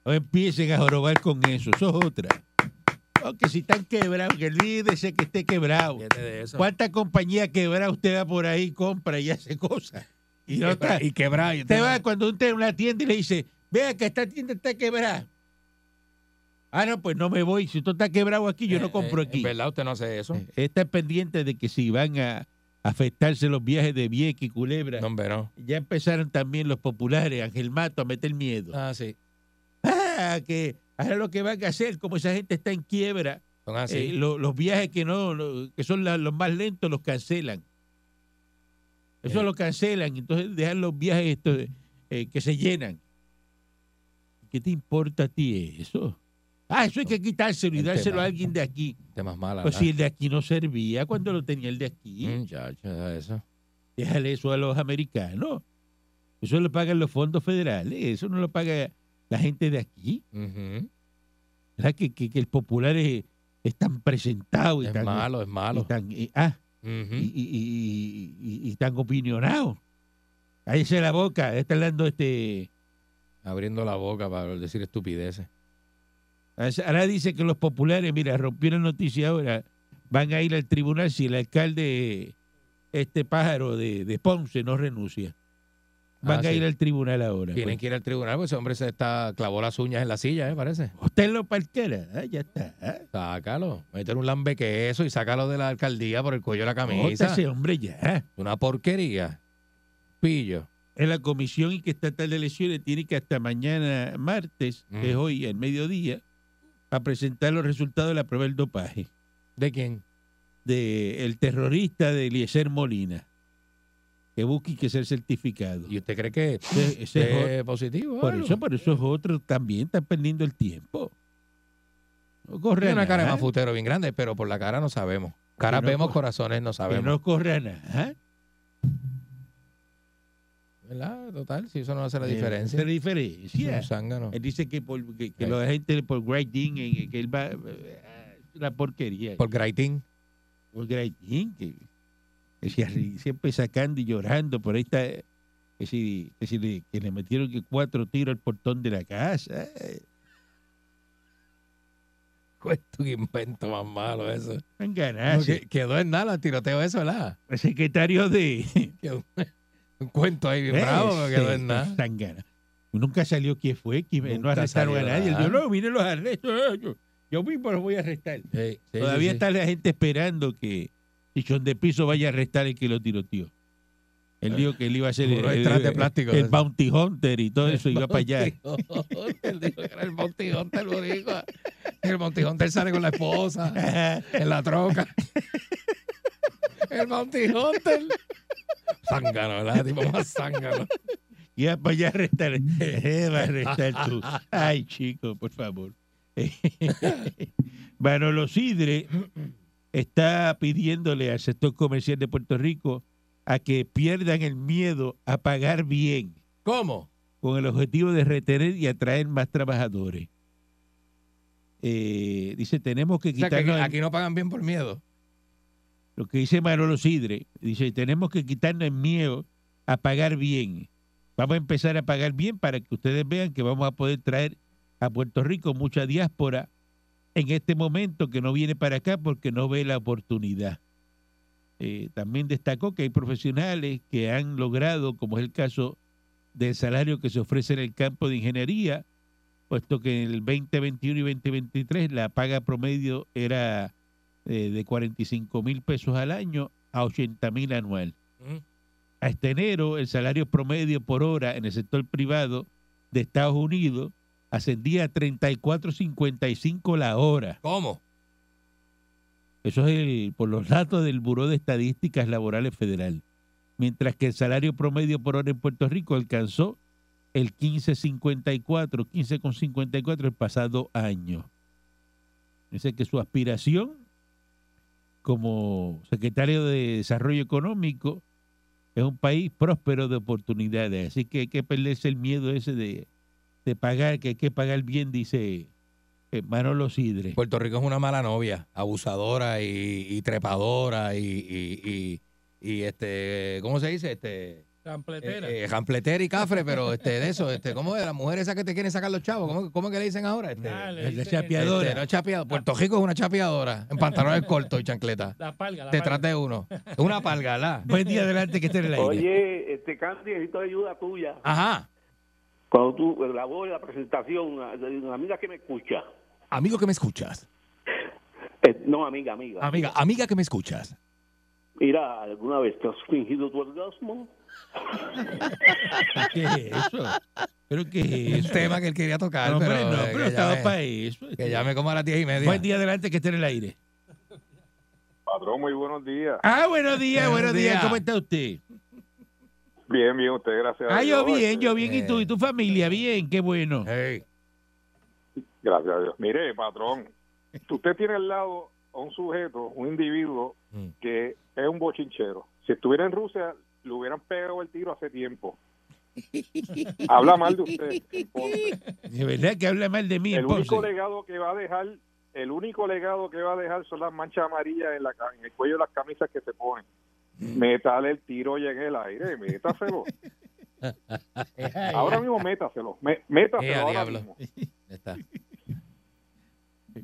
Speaker 3: No empiecen a jorobar con eso. Eso es otra. Aunque si están quebrados, que olvídese que esté quebrado.
Speaker 4: Fíjate de eso.
Speaker 3: ¿Cuánta compañía quebrada usted va por ahí, compra y hace cosas? Y no está.
Speaker 4: Y quebrar. y
Speaker 3: Usted va cuando usted en una tienda y le dice, vea que esta tienda está quebrada. Ah, no, pues no me voy. Si usted está quebrado aquí, yo no compro
Speaker 4: Eh, eh,
Speaker 3: aquí. Eh,
Speaker 4: en ¿Verdad? Usted no hace eso.
Speaker 3: Está pendiente de que si van a afectarse los viajes de Vieca y Culebra.
Speaker 4: No, hombre, no.
Speaker 3: Ya empezaron también los populares, Ángel Mato, a meter miedo.
Speaker 4: Ah, sí.
Speaker 3: Ah, que ahora lo que van a hacer, como esa gente está en quiebra,
Speaker 4: Son así.
Speaker 3: eh, lo- los viajes que no, lo- que son la- los más lentos los cancelan. Eso
Speaker 4: Eh.
Speaker 3: lo cancelan, entonces dejan los viajes estos, eh, que se llenan. ¿Qué te importa a ti eso? Ah, eso hay que quitárselo y
Speaker 4: El
Speaker 3: dárselo
Speaker 4: tema. Ah,
Speaker 3: a alguien de aquí.
Speaker 4: Temas malas.
Speaker 3: Pues si el de aquí no servía cuando lo tenía el de aquí,
Speaker 4: Mm. eso.
Speaker 3: déjale eso a los americanos. Eso lo pagan los fondos federales, eso no lo paga la gente de aquí.
Speaker 4: Ujú.
Speaker 3: ¿Verdad? Que, que- que el popular es, es tan presentado y
Speaker 4: Es
Speaker 3: tan.
Speaker 4: malo, es malo.
Speaker 3: y tan- y- ah,
Speaker 4: Ujú.
Speaker 3: y, y- y- y- y tan opinionado. Cállese la boca, está hablando este.
Speaker 4: Abriendo la boca para decir estupideces.
Speaker 3: Pues Ahora dice que los populares, mira, rompieron noticia ahora, van a ir al tribunal si el alcalde, este pájaro de, de Ponce, no renuncia. Van
Speaker 4: Ah,
Speaker 3: a
Speaker 4: sí.
Speaker 3: ir al tribunal ahora.
Speaker 4: Tienen
Speaker 3: pues.
Speaker 4: que ir al tribunal, pues ese hombre se está, clavó las uñas en la silla, ¿eh? Parece.
Speaker 3: Usted lo parquera, ah, ya está. ah.
Speaker 4: Sácalo. Meter un lambeque eso y sácalo de la alcaldía por el cuello de la
Speaker 3: Bota
Speaker 4: camisa.
Speaker 3: ese hombre ya.
Speaker 4: Una porquería. Pillo.
Speaker 3: En la comisión y que está tal de elecciones tiene que hasta mañana, martes, que es
Speaker 4: Mm.
Speaker 3: hoy, al mediodía, a presentar los resultados de la prueba del dopaje.
Speaker 4: ¿De quién?
Speaker 3: de el terrorista de Eliezer Molina, que busque que ser certificado.
Speaker 4: ¿Y eh, usted cree que
Speaker 3: Ese- ese es
Speaker 4: es positivo?
Speaker 3: o- por,
Speaker 4: algo?
Speaker 3: eso, por eso es otro también, está perdiendo el tiempo. No corre
Speaker 4: Tiene
Speaker 3: a
Speaker 4: una cara de
Speaker 3: nada, ¿eh?
Speaker 4: mafutero bien grande, pero por la cara no sabemos. Caras
Speaker 3: Que no
Speaker 4: vemos,
Speaker 3: co-
Speaker 4: corazones no
Speaker 3: que
Speaker 4: sabemos.
Speaker 3: no corre a nada. ¿eh?
Speaker 4: ¿Verdad? Total, si eso no hace la
Speaker 3: Eh,
Speaker 4: diferencia.
Speaker 3: esa es la diferencia.
Speaker 4: Es un zángano.
Speaker 3: Él dice que, por, que, que
Speaker 4: Eh.
Speaker 3: la gente por grading, eh, que él va... eh, La porquería.
Speaker 4: Por Graitín. *laughs*
Speaker 3: Por grading, que, que se arri- siempre sacando y llorando por esta... eh, Que, si, que, si le, que le metieron que cuatro tiros al portón de la casa. eh.
Speaker 4: Cuento que invento más malo eso.
Speaker 3: Tan
Speaker 4: No,
Speaker 3: ganancia.
Speaker 4: que- quedó en nada el tiroteo eso, ¿verdad?
Speaker 3: El secretario de.
Speaker 4: Quedó- un cuento ahí
Speaker 3: Eh,
Speaker 4: bien bravo, pero
Speaker 3: Ese,
Speaker 4: quedó en nada.
Speaker 3: tan gana. Nunca salió quién fue, quién, no
Speaker 4: Nunca
Speaker 3: arrestaron a
Speaker 4: salió
Speaker 3: nadie. Él
Speaker 4: nada.
Speaker 3: dijo, no, miren los arrestos. eh, Yo, yo mismo los voy a arrestar.
Speaker 4: Sí, sí,
Speaker 3: Todavía
Speaker 4: sí, sí.
Speaker 3: está la gente esperando que Tichón de Piso vaya a arrestar el que lo tiroteó. Él dijo que él iba a ser el,
Speaker 4: Puro extrato de plástico de
Speaker 3: el
Speaker 4: eso.
Speaker 3: bounty hunter y todo eso, iba para allá.
Speaker 4: Él dijo que era el montijón del boricua. El montijón del sale con la esposa en la troca. El montijón del... Zángano, ¿verdad? Tipo más zángano.
Speaker 3: *laughs* Iba para allá a arrestar. Eh, pues *laughs* va a arrestar tú. Ay, chico, por favor. *laughs* Manolo Sidre está pidiéndole al sector comercial de Puerto Rico a que pierdan el miedo a pagar bien
Speaker 4: ¿Cómo?
Speaker 3: con el objetivo de retener y atraer más trabajadores. Eh, dice, tenemos que
Speaker 4: O sea, que
Speaker 3: quitarnos... el-
Speaker 4: aquí no pagan bien por miedo.
Speaker 3: lo que dice Manolo Sidre, dice, tenemos que quitarnos el miedo a pagar bien. Vamos a empezar a pagar bien para que ustedes vean que vamos a poder traer a Puerto Rico mucha diáspora en este momento que no viene para acá porque no ve la oportunidad. Eh, también destacó que hay profesionales que han logrado, como es el caso del salario que se ofrece en el campo de ingeniería, puesto que en el 2021 y 2023 la paga promedio era eh, de 45 mil pesos al año a 80 mil anual. Hasta enero, el salario promedio por hora en el sector privado de Estados Unidos ascendía a 34.55 la hora.
Speaker 4: ¿Cómo?
Speaker 3: Eso es el- por los datos del Buró de Estadísticas Laborales Federal. Mientras que el salario promedio por hora en Puerto Rico alcanzó el 15.54, 15.54 el pasado año. Dice que su aspiración como secretario de Desarrollo Económico es un país próspero de oportunidades. Así que hay que perderse el miedo ese de, de pagar, que hay que pagar bien, dice eh, Manolo Sidre.
Speaker 4: Puerto Rico es una mala novia, abusadora y, y trepadora y, y- y- y, este, ¿cómo se dice? Este,
Speaker 6: Champletera.
Speaker 4: eh, eh, jampletera y cafre, pero este, de eso, este, ¿cómo es? La mujer esa que te quieren sacar los chavos, ¿cómo, cómo que le dicen ahora? Este,
Speaker 6: Ah, le
Speaker 3: la
Speaker 6: dicen
Speaker 3: chapeadora.
Speaker 4: este, no es chapeado. Puerto Rico es una chapeadora, en pantalones cortos y chancleta.
Speaker 6: La palga, la
Speaker 4: Detrás
Speaker 6: palga.
Speaker 4: de uno. Es una palgalá.
Speaker 3: Buen día, adelante, que esté en el aire.
Speaker 7: Oye, este Candy, necesito ayuda tuya.
Speaker 4: Ajá.
Speaker 7: Cuando tú, pues, la voz de la presentación, la- de una amiga que me escucha.
Speaker 4: Amigo que me escuchas.
Speaker 7: Eh, no, amiga, amiga.
Speaker 4: Amiga, amiga que me escuchas.
Speaker 7: Mira, ¿alguna vez te has fingido tu orgasmo?
Speaker 3: ¿Qué es eso? ¿Pero qué es
Speaker 4: El
Speaker 3: eso?
Speaker 4: tema que él quería tocar.
Speaker 3: *laughs* No, hombre,
Speaker 4: pero,
Speaker 3: no,
Speaker 4: eh,
Speaker 3: pero
Speaker 4: que
Speaker 3: estaba
Speaker 4: llame-
Speaker 3: para eso. eh.
Speaker 4: Que llame como a las diez y media.
Speaker 3: Buen día, adelante, que esté en el aire.
Speaker 8: Patrón, muy buenos días.
Speaker 3: Ah, buenos días,
Speaker 4: Buenos
Speaker 3: buenos días.
Speaker 4: días.
Speaker 3: ¿Cómo está usted?
Speaker 8: Bien, bien, usted, gracias.
Speaker 3: Ah,
Speaker 8: a
Speaker 3: yo
Speaker 8: Dios,
Speaker 3: bien,
Speaker 8: este,
Speaker 3: yo bien. ¿Y tú y tu familia? Bien, qué bueno.
Speaker 9: Hey.
Speaker 8: Gracias a Dios. Mire,
Speaker 9: *laughs*
Speaker 8: patrón, usted tiene al lado a un sujeto, un individuo
Speaker 9: Mm.
Speaker 8: que es un bochinchero. Si estuviera en Rusia, le hubieran pegado el tiro hace
Speaker 9: *laughs*
Speaker 8: tiempo. Habla mal de usted. entonces.
Speaker 3: De verdad que habla mal de mí,
Speaker 8: El único
Speaker 3: entonces.
Speaker 8: legado que va a dejar, el único legado que va a dejar son las manchas amarillas en, la, ca- en el cuello de las camisas que se ponen.
Speaker 9: Mm.
Speaker 8: Métale el tiro y en el aire,
Speaker 9: *laughs*
Speaker 8: métaselo. Ahora mismo métaselo, mé- métaselo
Speaker 9: Ea,
Speaker 8: ahora
Speaker 9: diablo.
Speaker 8: mismo.
Speaker 9: Ya está.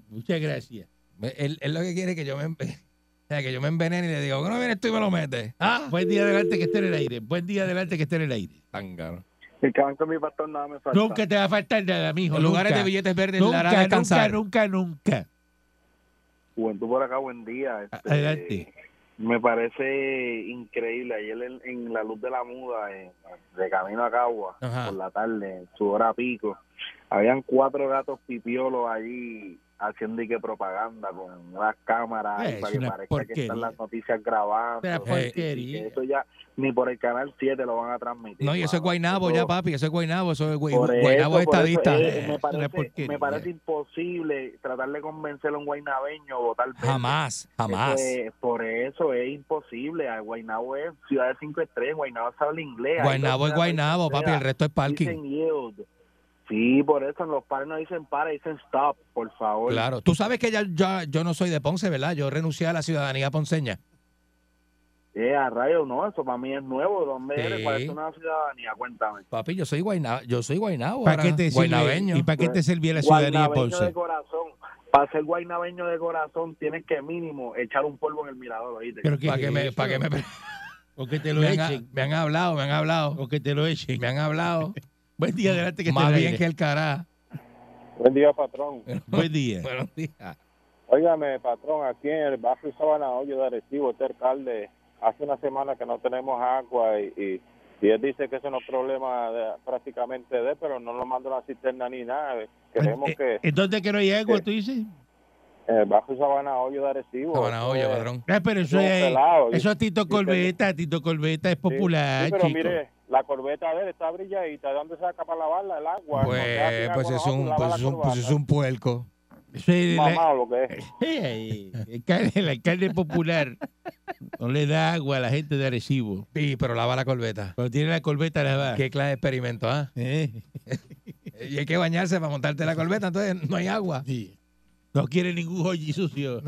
Speaker 3: Muchas gracias.
Speaker 9: Me- Él, él lo que quiere es que yo me, enve- o sea, que yo me envenene y le digo, no vienes tú y me lo metes?
Speaker 3: Ah, buen día adelante que esté en el aire. Buen día adelante que esté en el aire.
Speaker 9: Tan caro.
Speaker 4: El con mi pastor nada me falta.
Speaker 3: Nunca te va a faltar nada, mijo.
Speaker 9: Los lugares
Speaker 3: nunca.
Speaker 9: de billetes verdes la
Speaker 3: Nunca,
Speaker 9: hará
Speaker 3: nunca,
Speaker 9: descansar.
Speaker 3: nunca, nunca.
Speaker 4: Juventud por acá, buen día. Este,
Speaker 3: Adelante.
Speaker 4: Me parece increíble. Ayer en, en la luz de la muda, en- de camino a Cagua,
Speaker 9: Ajá.
Speaker 4: por la tarde, en su hora pico, habían cuatro gatos pipiolos allí haciendo y que propaganda con unas cámaras ahí
Speaker 9: Eh,
Speaker 3: Es
Speaker 4: para que
Speaker 3: una
Speaker 4: parezca que
Speaker 3: porquería.
Speaker 4: están las noticias grabando.
Speaker 3: Una
Speaker 4: Y
Speaker 3: porquería.
Speaker 4: que Eso ya ni por el canal 7 lo van a transmitir.
Speaker 9: No, y eso es
Speaker 4: mano.
Speaker 9: Guainabo ya,
Speaker 4: Eso-
Speaker 9: papi. Eso es Guainabo. Eso es Guai-
Speaker 4: por eso,
Speaker 9: Guainabo
Speaker 4: por
Speaker 9: estadista.
Speaker 4: eso, eh,
Speaker 3: Eh,
Speaker 4: me
Speaker 3: es una porquería.
Speaker 4: parece, me parece imposible tratar de convencer a un guaynabeño a votar verde.
Speaker 9: Jamás, jamás.
Speaker 4: Eso es- Este, por eso es imposible. Ah, Guaynabo es ciudad de cinco estrellas. Guaynabo se habla inglés.
Speaker 9: Guainabo es
Speaker 4: Ahí no se habla
Speaker 9: Guainabo, papi. El
Speaker 4: inglés.
Speaker 9: resto es parking.
Speaker 4: Dicen yield. Sí, por eso en los pares no dicen para, dicen stop, por favor.
Speaker 9: Claro. Tú sabes que ya, ya- yo no soy de Ponce, ¿verdad? Yo renuncié a la ciudadanía ponceña.
Speaker 4: Eh, a rayos, no, eso para mí es nuevo. ¿Dónde
Speaker 9: Sí.
Speaker 4: eres? ¿Cuál es tu nueva ciudadanía? Cuéntame.
Speaker 9: Papi, yo soy Guainabo. Yo soy Guainabo.
Speaker 3: ¿Para
Speaker 9: ahora,
Speaker 3: qué te sirve,
Speaker 9: guainabeño.
Speaker 3: ¿Y para qué te servía la ciudadanía de
Speaker 4: Guaynabeño
Speaker 3: Ponce?
Speaker 4: de corazón. Para ser guaynabeño de corazón tienes que mínimo echar un polvo en el mirador, ¿oíste?
Speaker 3: Pero que-
Speaker 9: Para que me, para que me,
Speaker 3: O que te
Speaker 9: *laughs*
Speaker 3: lo
Speaker 9: me, han,
Speaker 3: echen.
Speaker 9: me han hablado, me han hablado,
Speaker 3: O que te lo echen.
Speaker 9: me han hablado.
Speaker 3: *laughs* Buen día adelante que esté en
Speaker 9: Más
Speaker 3: el
Speaker 9: bien
Speaker 3: aire.
Speaker 9: que el cará.
Speaker 8: Buen día, patrón.
Speaker 3: Buen día.
Speaker 9: Buenos días.
Speaker 8: Óigame, patrón, aquí en el barrio Sabana Hoyo de Arecibo, este alcalde, hace una semana que no tenemos agua y, y, y él dice que eso no es problema de- prácticamente de él, pero no nos manda una cisterna ni nada. Queremos
Speaker 3: Bueno,
Speaker 9: Pues,
Speaker 8: que
Speaker 3: eh, ¿Entonces que no hay agua,
Speaker 8: que-
Speaker 3: tú dices?
Speaker 8: en el barrio Sabana Hoyo de Arecibo...
Speaker 9: Sabana olla,
Speaker 8: eso es-
Speaker 9: padrón.
Speaker 3: Ah, pero eso
Speaker 8: Yo,
Speaker 3: es,
Speaker 8: pelado, yo-
Speaker 3: eso es Tito
Speaker 8: yo-
Speaker 3: Corbeta. Tito Corbeta es
Speaker 8: Sí,
Speaker 3: popular,
Speaker 8: sí, pero
Speaker 3: chico.
Speaker 8: mire, la corbeta de él está brilladita, ¿de dónde saca para lavarla el agua? No se hace
Speaker 9: Pues,
Speaker 8: agua
Speaker 9: pues, es
Speaker 8: abajo,
Speaker 9: un,
Speaker 8: lava
Speaker 9: pues,
Speaker 8: la
Speaker 9: es un, pues
Speaker 8: corbata.
Speaker 9: es un puerco.
Speaker 3: Eso es la-
Speaker 8: Mamá, lo que es.
Speaker 3: *laughs* Eh, el, alcalde, el alcalde popular no le da agua a la gente de Arecibo.
Speaker 9: Sí, pero lava la corbeta.
Speaker 3: Cuando tiene la corbeta la va.
Speaker 9: ¿Qué clase de experimento, ah?
Speaker 3: Eh,
Speaker 9: Y hay que bañarse para montarte la corbeta, entonces no hay agua.
Speaker 3: sí. No quiere ningún joyi sucio.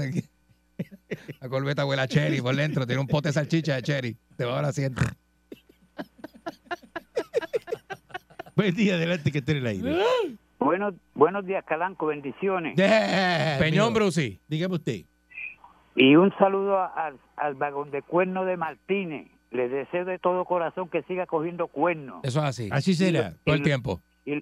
Speaker 9: La corbeta huele a cherry por dentro, tiene un pote de salchicha de cherry. Te va a la asiento.
Speaker 3: Buen día, adelante que esté en el aire.
Speaker 9: *laughs*
Speaker 10: Buenos, buenos días, Calanco, bendiciones.
Speaker 3: Ah,
Speaker 9: Peñón,
Speaker 3: amigo,
Speaker 9: Brucey.
Speaker 3: Dígame usted.
Speaker 10: Y un saludo a- al, al vagón de cuerno de Martínez. Les deseo de todo corazón que siga cogiendo cuernos.
Speaker 9: Eso es así.
Speaker 3: Así será.
Speaker 9: Todo el tiempo.
Speaker 10: Y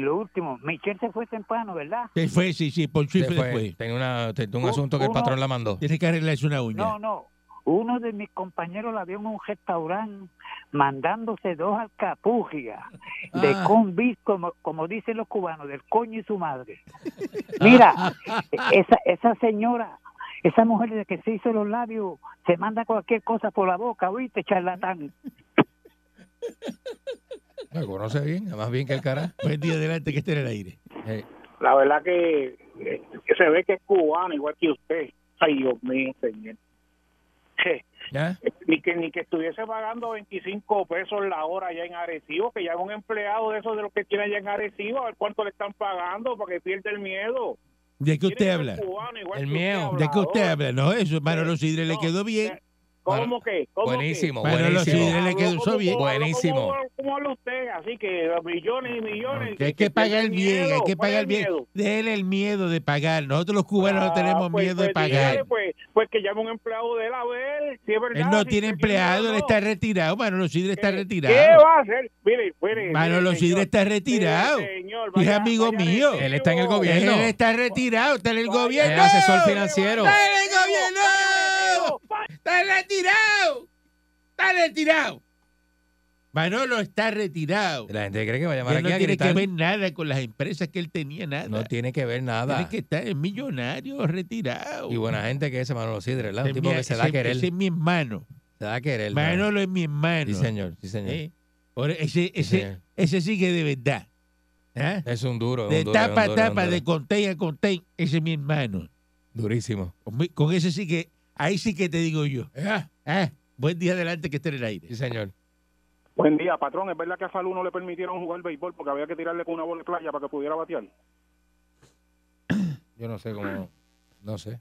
Speaker 10: lo último, Michelle se fue temprano, ¿verdad?
Speaker 3: Se fue, sí, sí, por chifle
Speaker 9: Se fue.
Speaker 3: después.
Speaker 9: Tenía, una- tenía
Speaker 8: Uh,
Speaker 9: un
Speaker 10: Uno-
Speaker 9: asunto que el
Speaker 10: uno-
Speaker 9: patrón la mandó.
Speaker 3: Tiene que arreglarse una uña.
Speaker 10: No, no. Uno de mis compañeros la vio en un restaurante mandándose dos alcapugias de
Speaker 9: Ah.
Speaker 10: combis, como, como dicen los cubanos, del coño y su madre. Mira,
Speaker 9: *laughs*
Speaker 10: esa, esa señora, esa mujer desde que se hizo los labios, se manda cualquier cosa por la boca, ¿oíste, charlatán?
Speaker 9: Me conoce bien, más bien que el cara.
Speaker 3: Buen día, adelante que esté en el aire.
Speaker 4: La verdad que, eh, que se ve que es cubano, igual que usted. Ay, Dios mío, señor. Je,
Speaker 9: ¿Ya?
Speaker 4: Ni que, ni que estuviese pagando 25 pesos la hora allá en Arecibo, que llame un empleado de esos de los que tiene allá en Arecibo, a ver cuánto le están pagando para que pierda el miedo.
Speaker 3: ¿De qué usted
Speaker 4: Tiene que
Speaker 3: habla?
Speaker 4: ser cubano, igual
Speaker 9: El
Speaker 4: que usted,
Speaker 9: miedo.
Speaker 3: ¿De qué usted
Speaker 4: hablador.
Speaker 3: habla? No, eso, Manolo Sidre le
Speaker 4: no,
Speaker 3: quedó bien.
Speaker 4: ¿Cómo que? ¿Cómo que?
Speaker 9: Buenísimo,
Speaker 3: Manolo
Speaker 9: buenísimo.
Speaker 3: Sidre le quedó bien.
Speaker 4: ¿Cómo habla-
Speaker 9: Buenísimo.
Speaker 4: ¿Cómo, habla- cómo habla usted? Así que millones y millones.
Speaker 3: Que hay que pagar bien, hay que pagar bien. Déle el miedo de pagar. Nosotros los cubanos
Speaker 1: Ah,
Speaker 3: no tenemos miedo de pagar.
Speaker 4: Ah, Pues, pues que llame un empleado de él a ver si es verdad.
Speaker 3: Él no
Speaker 4: si
Speaker 3: tiene
Speaker 4: usted
Speaker 3: empleado, él
Speaker 4: miedo,
Speaker 3: está retirado. Manolo Sidre está
Speaker 4: ¿Qué-
Speaker 3: retirado.
Speaker 4: ¿Qué va a hacer? Mire, mire.
Speaker 3: Manolo
Speaker 4: mire,
Speaker 3: Sidre
Speaker 4: señor.
Speaker 3: está retirado.
Speaker 4: Mire, señor,
Speaker 3: Y es
Speaker 4: vaya-
Speaker 3: amigo
Speaker 4: vaya
Speaker 3: mío.
Speaker 4: recibo.
Speaker 9: Él está en el gobierno.
Speaker 3: Él está retirado, está en el
Speaker 4: Vaya-
Speaker 9: Es
Speaker 3: gobierno.
Speaker 9: asesor financiero.
Speaker 3: Está en el gobierno.
Speaker 4: Vaya-
Speaker 3: Está retirado. Está retirado. Manolo está retirado.
Speaker 9: La gente cree que va a llamar
Speaker 3: Él
Speaker 9: aquí
Speaker 3: no
Speaker 9: a
Speaker 3: tiene que
Speaker 9: gritar.
Speaker 3: ver nada con las empresas que él tenía, nada.
Speaker 9: no tiene que ver
Speaker 3: Tiene
Speaker 9: nada.
Speaker 3: que estar es millonario, retirado.
Speaker 9: Y buena gente que es Manolo Sidre, ¿verdad?
Speaker 3: Ese
Speaker 9: Un tipo
Speaker 3: mi-
Speaker 9: que se da a
Speaker 3: ese-
Speaker 9: querer.
Speaker 3: ese es mi hermano.
Speaker 9: Se
Speaker 4: Te da a querer. mano.
Speaker 3: Manolo es mi hermano.
Speaker 4: Sí, señor. Sí, señor.
Speaker 3: ¿eh? Ahora, ese,
Speaker 4: Sí,
Speaker 3: ese,
Speaker 4: señor.
Speaker 3: ese sí que de verdad. ¿ah?
Speaker 4: Es un duro. es
Speaker 3: De
Speaker 4: un duro, es un
Speaker 3: tapa
Speaker 4: duro,
Speaker 3: a
Speaker 4: es un
Speaker 3: tapa,
Speaker 4: duro.
Speaker 3: de contén a contén, ese es mi hermano.
Speaker 4: Durísimo.
Speaker 3: Con, mi- con ese sí que, ahí sí que te digo yo.
Speaker 4: ¿Eh?
Speaker 3: Ah, Buen día adelante que esté en el aire.
Speaker 4: Sí, señor.
Speaker 1: Buen día, patrón. Es verdad que a Falú no le permitieron jugar béisbol porque había que tirarle con una bola de playa para que pudiera batear.
Speaker 4: Yo no sé cómo. No sé.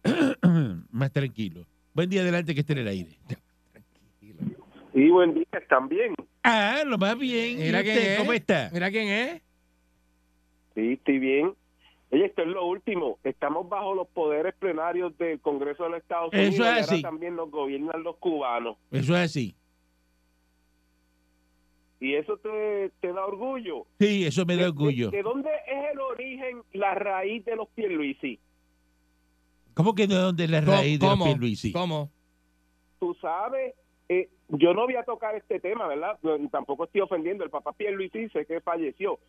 Speaker 3: Más tranquilo. Buen día adelante que esté en el aire.
Speaker 7: Y buen día también.
Speaker 3: Ah, lo más bien. ¿Y
Speaker 4: Mira quién
Speaker 3: usted
Speaker 4: es.
Speaker 3: cómo está?
Speaker 4: Mira quién es.
Speaker 7: Sí, estoy bien. Oye, esto es lo último. Estamos bajo los poderes plenarios del Congreso de los Estados
Speaker 3: Eso
Speaker 7: Unidos.
Speaker 3: es
Speaker 7: y ahora
Speaker 3: así.
Speaker 7: también nos gobiernan los cubanos.
Speaker 3: Eso es así.
Speaker 7: Y eso te, te da orgullo.
Speaker 3: Sí, eso me da orgullo.
Speaker 7: ¿De, de dónde es el origen, la raíz de los Pierluisi?
Speaker 3: ¿Cómo que de dónde es la raíz de los Pierluisi?
Speaker 4: ¿Cómo?
Speaker 7: Tú sabes, eh, yo no voy a tocar este tema, ¿verdad? No, Tampoco estoy ofendiendo. El papá Pierluisi sé que falleció.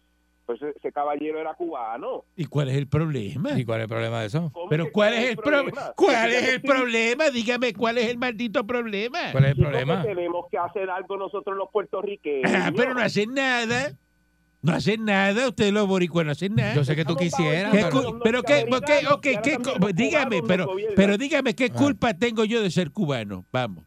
Speaker 7: Pues ese, ese caballero era cubano.
Speaker 3: ¿Y cuál es el problema?
Speaker 4: ¿Y cuál es el problema de eso?
Speaker 7: ¿Cómo
Speaker 3: Pero
Speaker 7: que
Speaker 3: ¿cuál es el problema? ¿Cuál es el problema? Dígame cuál es el maldito problema.
Speaker 4: ¿Cuál es el
Speaker 7: Chico, que
Speaker 4: problema?
Speaker 7: Tenemos que hacer algo nosotros los puertorriqueños.
Speaker 3: Ah, pero no hacen nada. No hacen nada. Ustedes los boricuas no hacen nada.
Speaker 4: Yo sé que tú
Speaker 7: Estamos
Speaker 4: quisieras,
Speaker 7: bajo
Speaker 3: ¿Qué
Speaker 7: el
Speaker 4: pero
Speaker 7: control
Speaker 3: cu- pero qué,
Speaker 7: norteamericano,
Speaker 3: qué- ok,
Speaker 7: y ahora
Speaker 3: qué
Speaker 7: también
Speaker 3: cu-
Speaker 7: los
Speaker 3: dígame,
Speaker 7: cubanos
Speaker 3: pero,
Speaker 7: nos gobiernan.
Speaker 3: pero dígame qué
Speaker 4: Ah.
Speaker 3: culpa tengo yo de ser cubano. Vamos.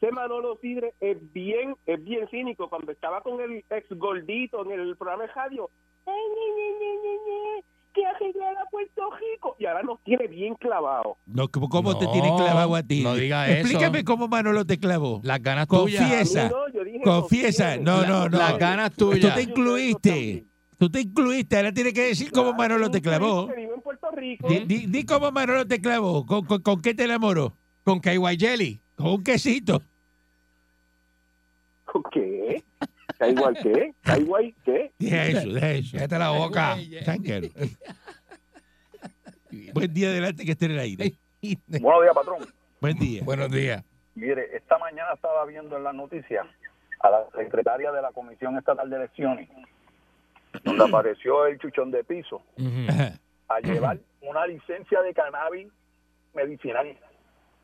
Speaker 7: Ese Manolo Sidre es bien, es bien cínico. Cuando estaba con el ex gordito en el programa de radio, "Ay, ñe, ñe, ñe, ñe, ñe, que arreglar a Puerto Rico. Y ahora nos tiene bien clavado.
Speaker 3: No, ¿Cómo, cómo te
Speaker 4: No,
Speaker 3: tienen clavado a ti?
Speaker 4: no diga eso.
Speaker 3: Explícame cómo Manolo te clavó.
Speaker 4: Las ganas
Speaker 7: A mí
Speaker 4: tuyas.
Speaker 3: Confiesa. Esa.
Speaker 7: no, yo dije,
Speaker 3: Confiesa.
Speaker 7: "Confiere".
Speaker 3: No,
Speaker 4: La-
Speaker 3: no, no.
Speaker 4: Las ganas
Speaker 3: Tú
Speaker 4: tuyas.
Speaker 3: te incluiste. Tú te incluiste. Ahora tienes que decir cómo Manolo te clavó.
Speaker 7: Yo vivo en Puerto Rico.
Speaker 3: Di, di- di cómo Manolo te clavó. ¿Con, con, con qué te enamoró?
Speaker 4: Con KY Jelly.
Speaker 3: Con un quesito.
Speaker 7: ¿Con ¿Qué? ¿Está igual qué? ¿Está igual qué?
Speaker 3: Deja eso, deja eso.
Speaker 4: Cállate la boca.
Speaker 3: Tranquilo. Buen día adelante que esté en el aire.
Speaker 1: Buenos días, patrón.
Speaker 3: Buen día.
Speaker 4: Buenos días.
Speaker 1: Mire, esta mañana estaba viendo en las noticias a la secretaria de la Comisión Estatal de Elecciones, donde apareció el chuchón de piso,
Speaker 3: Ajá.
Speaker 1: a llevar una licencia de cannabis medicinal.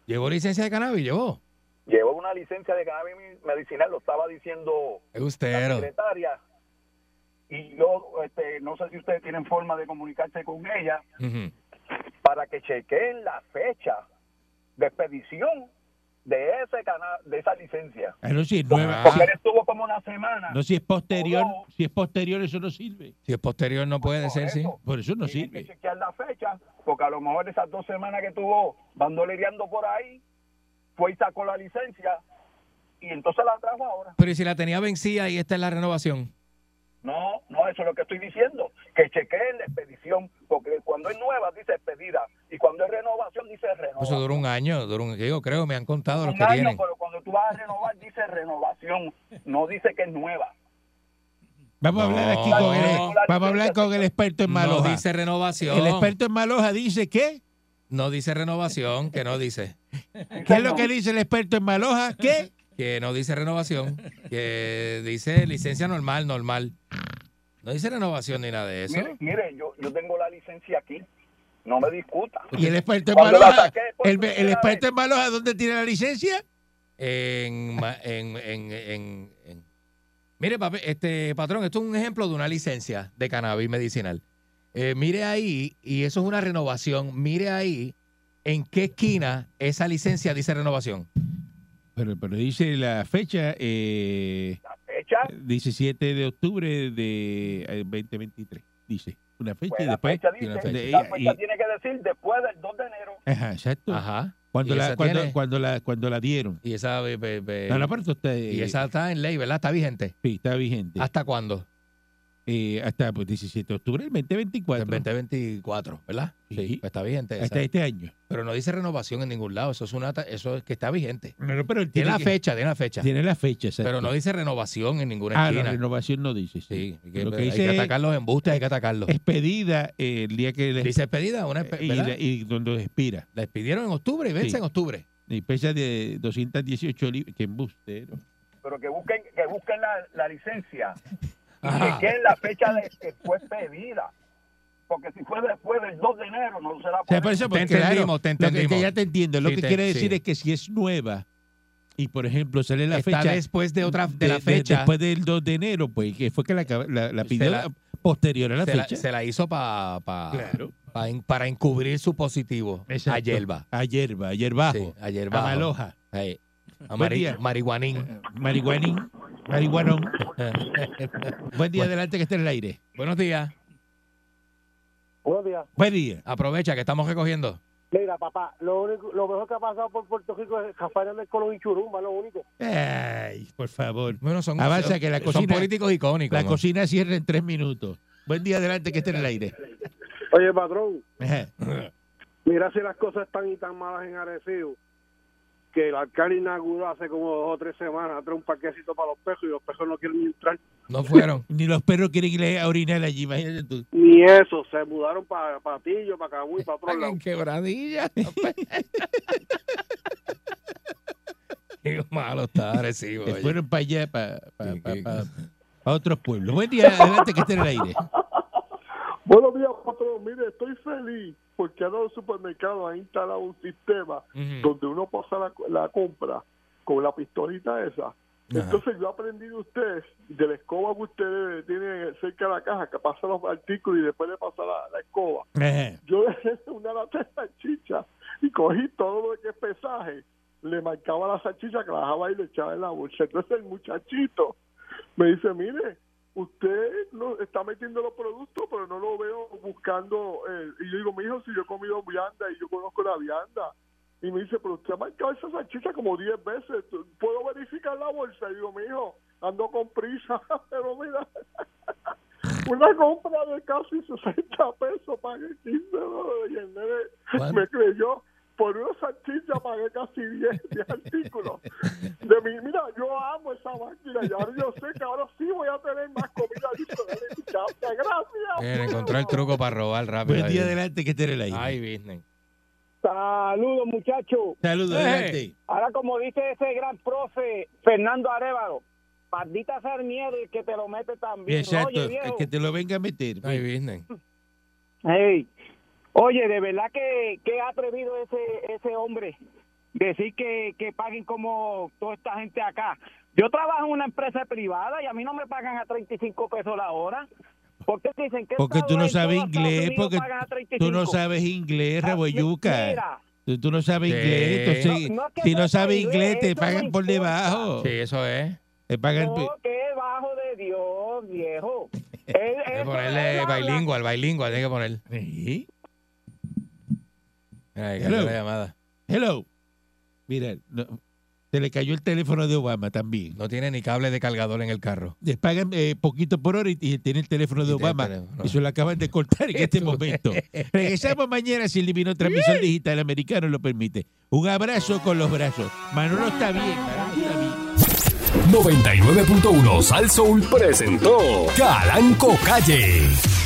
Speaker 4: ¿Llevó licencia de cannabis? ¿Llevó?
Speaker 1: Llevó una licencia de cannabis medicinal, lo estaba diciendo
Speaker 4: Es
Speaker 1: la
Speaker 4: ustero.
Speaker 1: secretaria. Y yo este, no sé si ustedes tienen forma de comunicarse con ella
Speaker 4: Ujú.
Speaker 1: para que chequeen la fecha de expedición de ese cana- de esa licencia.
Speaker 3: Ah, no, si es nueva.
Speaker 4: Ah.
Speaker 1: Porque él estuvo como una semana.
Speaker 3: No, si es posterior.
Speaker 1: No.
Speaker 3: Si es posterior, eso no sirve.
Speaker 4: Si es posterior, no puede ser, Pues sí.
Speaker 1: eso.
Speaker 3: Por eso no
Speaker 1: Tienen que
Speaker 3: sirve.
Speaker 1: chequear la fecha, porque a lo mejor esas dos semanas que estuvo bandolereando por ahí, fue y sacó la licencia y entonces la trajo ahora.
Speaker 4: Pero ¿y si la tenía vencida y esta es la renovación?
Speaker 1: No, no, eso es lo que estoy diciendo, que chequeen la expedición, porque cuando es nueva dice expedida y cuando es renovación dice
Speaker 4: Pues Eso
Speaker 1: renovación.
Speaker 4: dura un año, dura un, yo creo, me han contado los
Speaker 1: Un
Speaker 4: que
Speaker 1: año,
Speaker 4: tienen.
Speaker 1: pero cuando tú vas a renovar dice renovación, no dice que es nueva.
Speaker 3: Vamos a hablar aquí con
Speaker 4: No.
Speaker 3: el, vamos a hablar con el experto en
Speaker 4: No
Speaker 3: Maloja.
Speaker 4: dice renovación.
Speaker 3: el experto en Maloja dice que.
Speaker 4: No dice renovación, que no dice.
Speaker 3: ¿Qué es lo que dice el experto en Maloja? ¿Qué?
Speaker 4: Que no dice renovación, que dice licencia normal, normal. No dice renovación ni nada de eso.
Speaker 1: Mire, mire, yo, yo tengo la licencia aquí, no me discuta.
Speaker 3: Y el experto en
Speaker 1: Cuando la
Speaker 3: Maloja.
Speaker 1: saqué pues, por
Speaker 3: El, el
Speaker 1: primera
Speaker 3: experto en Maloja, ¿dónde tiene la licencia?
Speaker 4: En, ma- en, en, en- en- Mire, papi, este patrón, esto es un ejemplo de una licencia de cannabis medicinal. Eh, mire ahí, y eso es una renovación, mire ahí en qué esquina esa licencia dice renovación.
Speaker 3: Pero, pero dice la fecha. Eh,
Speaker 1: La fecha
Speaker 3: 17 de octubre de eh, 2023, dice. Una fecha
Speaker 1: Pues
Speaker 3: y
Speaker 1: la
Speaker 3: después.
Speaker 1: fecha
Speaker 3: tiene una
Speaker 1: dice,
Speaker 3: fecha.
Speaker 1: la
Speaker 3: Y-
Speaker 1: fecha
Speaker 3: y-
Speaker 1: tiene que decir después del 2 de enero.
Speaker 3: ajá, exacto.
Speaker 4: Ajá.
Speaker 3: Cuando,
Speaker 4: Y
Speaker 3: la,
Speaker 4: esa
Speaker 3: cuando,
Speaker 4: tiene-
Speaker 3: cuando, la, cuando la dieron.
Speaker 4: Y esa, eh, eh, eh,
Speaker 3: No, no, pero esto está, eh,
Speaker 4: y esa Ah. está en ley, ¿verdad? Está vigente.
Speaker 3: sí, está vigente.
Speaker 4: ¿Hasta cuándo?
Speaker 3: Eh, hasta pues, 17 de octubre del 2024.
Speaker 4: El 2024, Pues, ¿verdad?
Speaker 3: Sí.
Speaker 4: pues está vigente.
Speaker 3: hasta
Speaker 4: esa.
Speaker 3: este año.
Speaker 4: Pero no dice renovación en ningún lado. Eso es una ta- eso es que está vigente.
Speaker 3: No, no, pero él
Speaker 4: Tiene la
Speaker 3: que-
Speaker 4: fecha, tiene la fecha.
Speaker 3: Tiene la fecha, exacto.
Speaker 4: Pero no dice renovación en ninguna
Speaker 3: Ah, la
Speaker 4: esquina.
Speaker 3: renovación no dice.
Speaker 4: sí, hay que,
Speaker 3: Lo que
Speaker 4: hay que
Speaker 3: dice-
Speaker 4: atacar los embustes, hay que atacarlos.
Speaker 3: Es pedida eh, el día que. la-
Speaker 4: Dice expedida, una
Speaker 3: y, la-
Speaker 4: expedida.
Speaker 3: y donde expira.
Speaker 4: La expidieron en octubre y vence
Speaker 3: Sí.
Speaker 4: en octubre.
Speaker 3: Y pesa de 218 libras. Qué embustero.
Speaker 1: pero que busquen que busquen la, la licencia y
Speaker 3: Ah,
Speaker 4: Ajá.
Speaker 1: chequen la fecha de que fue pedida porque si fue después del 2 de enero no se la
Speaker 3: O sea,
Speaker 1: ponen.
Speaker 3: por eso,
Speaker 4: Te
Speaker 3: porque,
Speaker 4: entendimos, te
Speaker 3: claro, lo que- que
Speaker 4: entendimos.
Speaker 3: ya te entiendo. Lo
Speaker 4: Sí,
Speaker 3: que
Speaker 4: te-
Speaker 3: quiere decir
Speaker 4: sí.
Speaker 3: es que si es nueva, Y por ejemplo, sale la
Speaker 4: Está
Speaker 3: fecha.
Speaker 4: después de otra de la
Speaker 3: de-
Speaker 4: fecha.
Speaker 3: después del 2 de enero, pues, que fue que la, la, la
Speaker 4: Se
Speaker 3: pidió
Speaker 4: la-
Speaker 3: posterior a la
Speaker 4: se, la,
Speaker 3: fecha. Ah,
Speaker 4: se la hizo pa- pa-
Speaker 3: Claro.
Speaker 4: pa en- para encubrir su positivo a hierba.
Speaker 3: A hierba, a hierbajo.
Speaker 4: Sí, a hierba.
Speaker 3: a maloja.
Speaker 4: Sí. A
Speaker 3: Buen
Speaker 4: mari-
Speaker 3: día.
Speaker 4: marihuanín.
Speaker 3: Marihuanín.
Speaker 4: *laughs*
Speaker 3: Marihuanón. Buen día, adelante que esté en el aire.
Speaker 4: Buenos días.
Speaker 11: Buenos días.
Speaker 3: Buen día.
Speaker 4: Aprovecha que estamos recogiendo.
Speaker 11: Mira, papá, lo, único, lo mejor que ha pasado por Puerto Rico es Rafael Hernández Colón y Churumba, lo único.
Speaker 3: Ay, por favor.
Speaker 4: Bueno, son,
Speaker 3: Avanza que la
Speaker 4: son
Speaker 3: cocina-
Speaker 4: políticos icónicos.
Speaker 3: La
Speaker 4: ¿no?
Speaker 3: cocina cierra en tres minutos. Buen día, adelante que esté en el aire.
Speaker 11: Oye, patrón,
Speaker 3: Ajá.
Speaker 11: mira si las cosas están y tan malas en Arecibo, que el alcalde inauguró hace como dos o tres semanas atrás un parquecito para los pejos y los pejos no quieren ni entrar.
Speaker 4: No fueron.
Speaker 3: Ni los perros quieren ir a orinar allí, imagínate tú.
Speaker 11: Ni eso, se mudaron para Patillo, para Cabuy, para otro lado.
Speaker 4: En quebradilla.
Speaker 3: pues.
Speaker 4: *laughs* Qué malo está agresivo.
Speaker 3: Se fueron para allá, para,
Speaker 4: Sí, qué cosa.
Speaker 3: otros pueblos. Buen día, adelante que esté en el
Speaker 4: *laughs*
Speaker 3: aire.
Speaker 11: Buenos días, patrón. Mire, estoy feliz porque ahora los supermercados han instalado un sistema donde uno pasa la, la compra con la pistolita esa. Entonces yo aprendí de ustedes, de la escoba que ustedes tienen cerca de la caja, que pasa los artículos y después le pasa la, la escoba.
Speaker 3: Ajá.
Speaker 11: Yo dejé una lata de salchicha y cogí todo lo que es pesaje, le marcaba la salchicha, que la dejaba y le echaba en la bolsa. Entonces el muchachito me dice, mire, usted no está metiendo los productos, pero no lo veo buscando. eh, Y yo digo, mi hijo, si yo he comido vianda y yo conozco la vianda. Y me dice, pero usted ha marcado esa salchicha como 10 veces. ¿Tú- ¿Puedo verificar la bolsa? Y digo, mi hijo, ando con prisa, *laughs* pero mira, una compra de casi 60 pesos, pagué 15 dólares y el nene me creyó. Por una salchicha pagué casi 10, 10 artículos. De mí, mira, yo amo esa máquina y ahora yo sé que ahora sí voy a tener más comida disponible. en mi casa. Gracias.
Speaker 4: Bien, encontró el truco para robar rápido.
Speaker 3: Buen Pues, día,
Speaker 4: ahí.
Speaker 3: adelante que esté en el aire.
Speaker 4: Ay, business.
Speaker 7: Saludos, muchachos.
Speaker 3: Saludos,
Speaker 4: Eh.
Speaker 3: adelante.
Speaker 7: Ahora, como dice ese gran profe Fernando Arevalo, maldita sea el miedo y que te lo mete
Speaker 3: Bien,
Speaker 7: también.
Speaker 3: exacto,
Speaker 7: Oye, viejo.
Speaker 3: que te lo venga a meter.
Speaker 4: Ay, business.
Speaker 7: Ey, Oye, de verdad que, que ha atrevido ese ese hombre decir que, que paguen como toda esta gente acá. Yo trabajo en una empresa privada y a mí no me pagan a 35 pesos la hora. ¿Por qué dicen que
Speaker 3: Porque tú no
Speaker 7: en todo
Speaker 3: sabes
Speaker 7: Estados
Speaker 3: inglés,
Speaker 7: Unidos
Speaker 3: porque
Speaker 7: pagan a
Speaker 3: tú no
Speaker 7: 35?
Speaker 3: sabes eh. inglés,
Speaker 7: Ah,
Speaker 3: Raboyuca.
Speaker 7: mira,
Speaker 3: Tú, tú no sabes
Speaker 4: Sí.
Speaker 3: inglés, entonces,
Speaker 7: No, no es que
Speaker 3: si
Speaker 7: no
Speaker 3: no sabes
Speaker 7: sepa
Speaker 3: inglés,
Speaker 7: inglés,
Speaker 3: te
Speaker 7: eso
Speaker 3: pagan
Speaker 7: no
Speaker 3: por
Speaker 7: importa.
Speaker 3: debajo.
Speaker 4: Sí, eso es.
Speaker 3: Te pagan.
Speaker 7: No, qué bajo de Dios,
Speaker 3: *laughs*
Speaker 7: viejo. Él-
Speaker 4: Hay que
Speaker 7: eso
Speaker 4: ponerle
Speaker 7: él habla-
Speaker 4: bilingüe, al bilingüe, tiene que poner.
Speaker 3: Sí.
Speaker 4: Ay,
Speaker 3: Hello.
Speaker 4: cayó la llamada.
Speaker 3: Hello. Mira, no, se le cayó el teléfono de Obama también.
Speaker 4: No tiene ni cable de cargador en el carro.
Speaker 3: Les pagan eh, poquito por hora y, y tiene el teléfono de
Speaker 4: Y tiene el
Speaker 3: Obama.
Speaker 4: teléfono.
Speaker 3: Y se lo acaban de cortar en
Speaker 4: *laughs*
Speaker 3: este
Speaker 4: Tú.
Speaker 3: momento. Regresamos mañana si el
Speaker 4: *laughs*
Speaker 3: divino transmisor digital americano lo permite. Un abrazo con los brazos. Manolo está bien, Manolo está bien.
Speaker 1: 99.1 Sal Soul presentó Calanco Calle.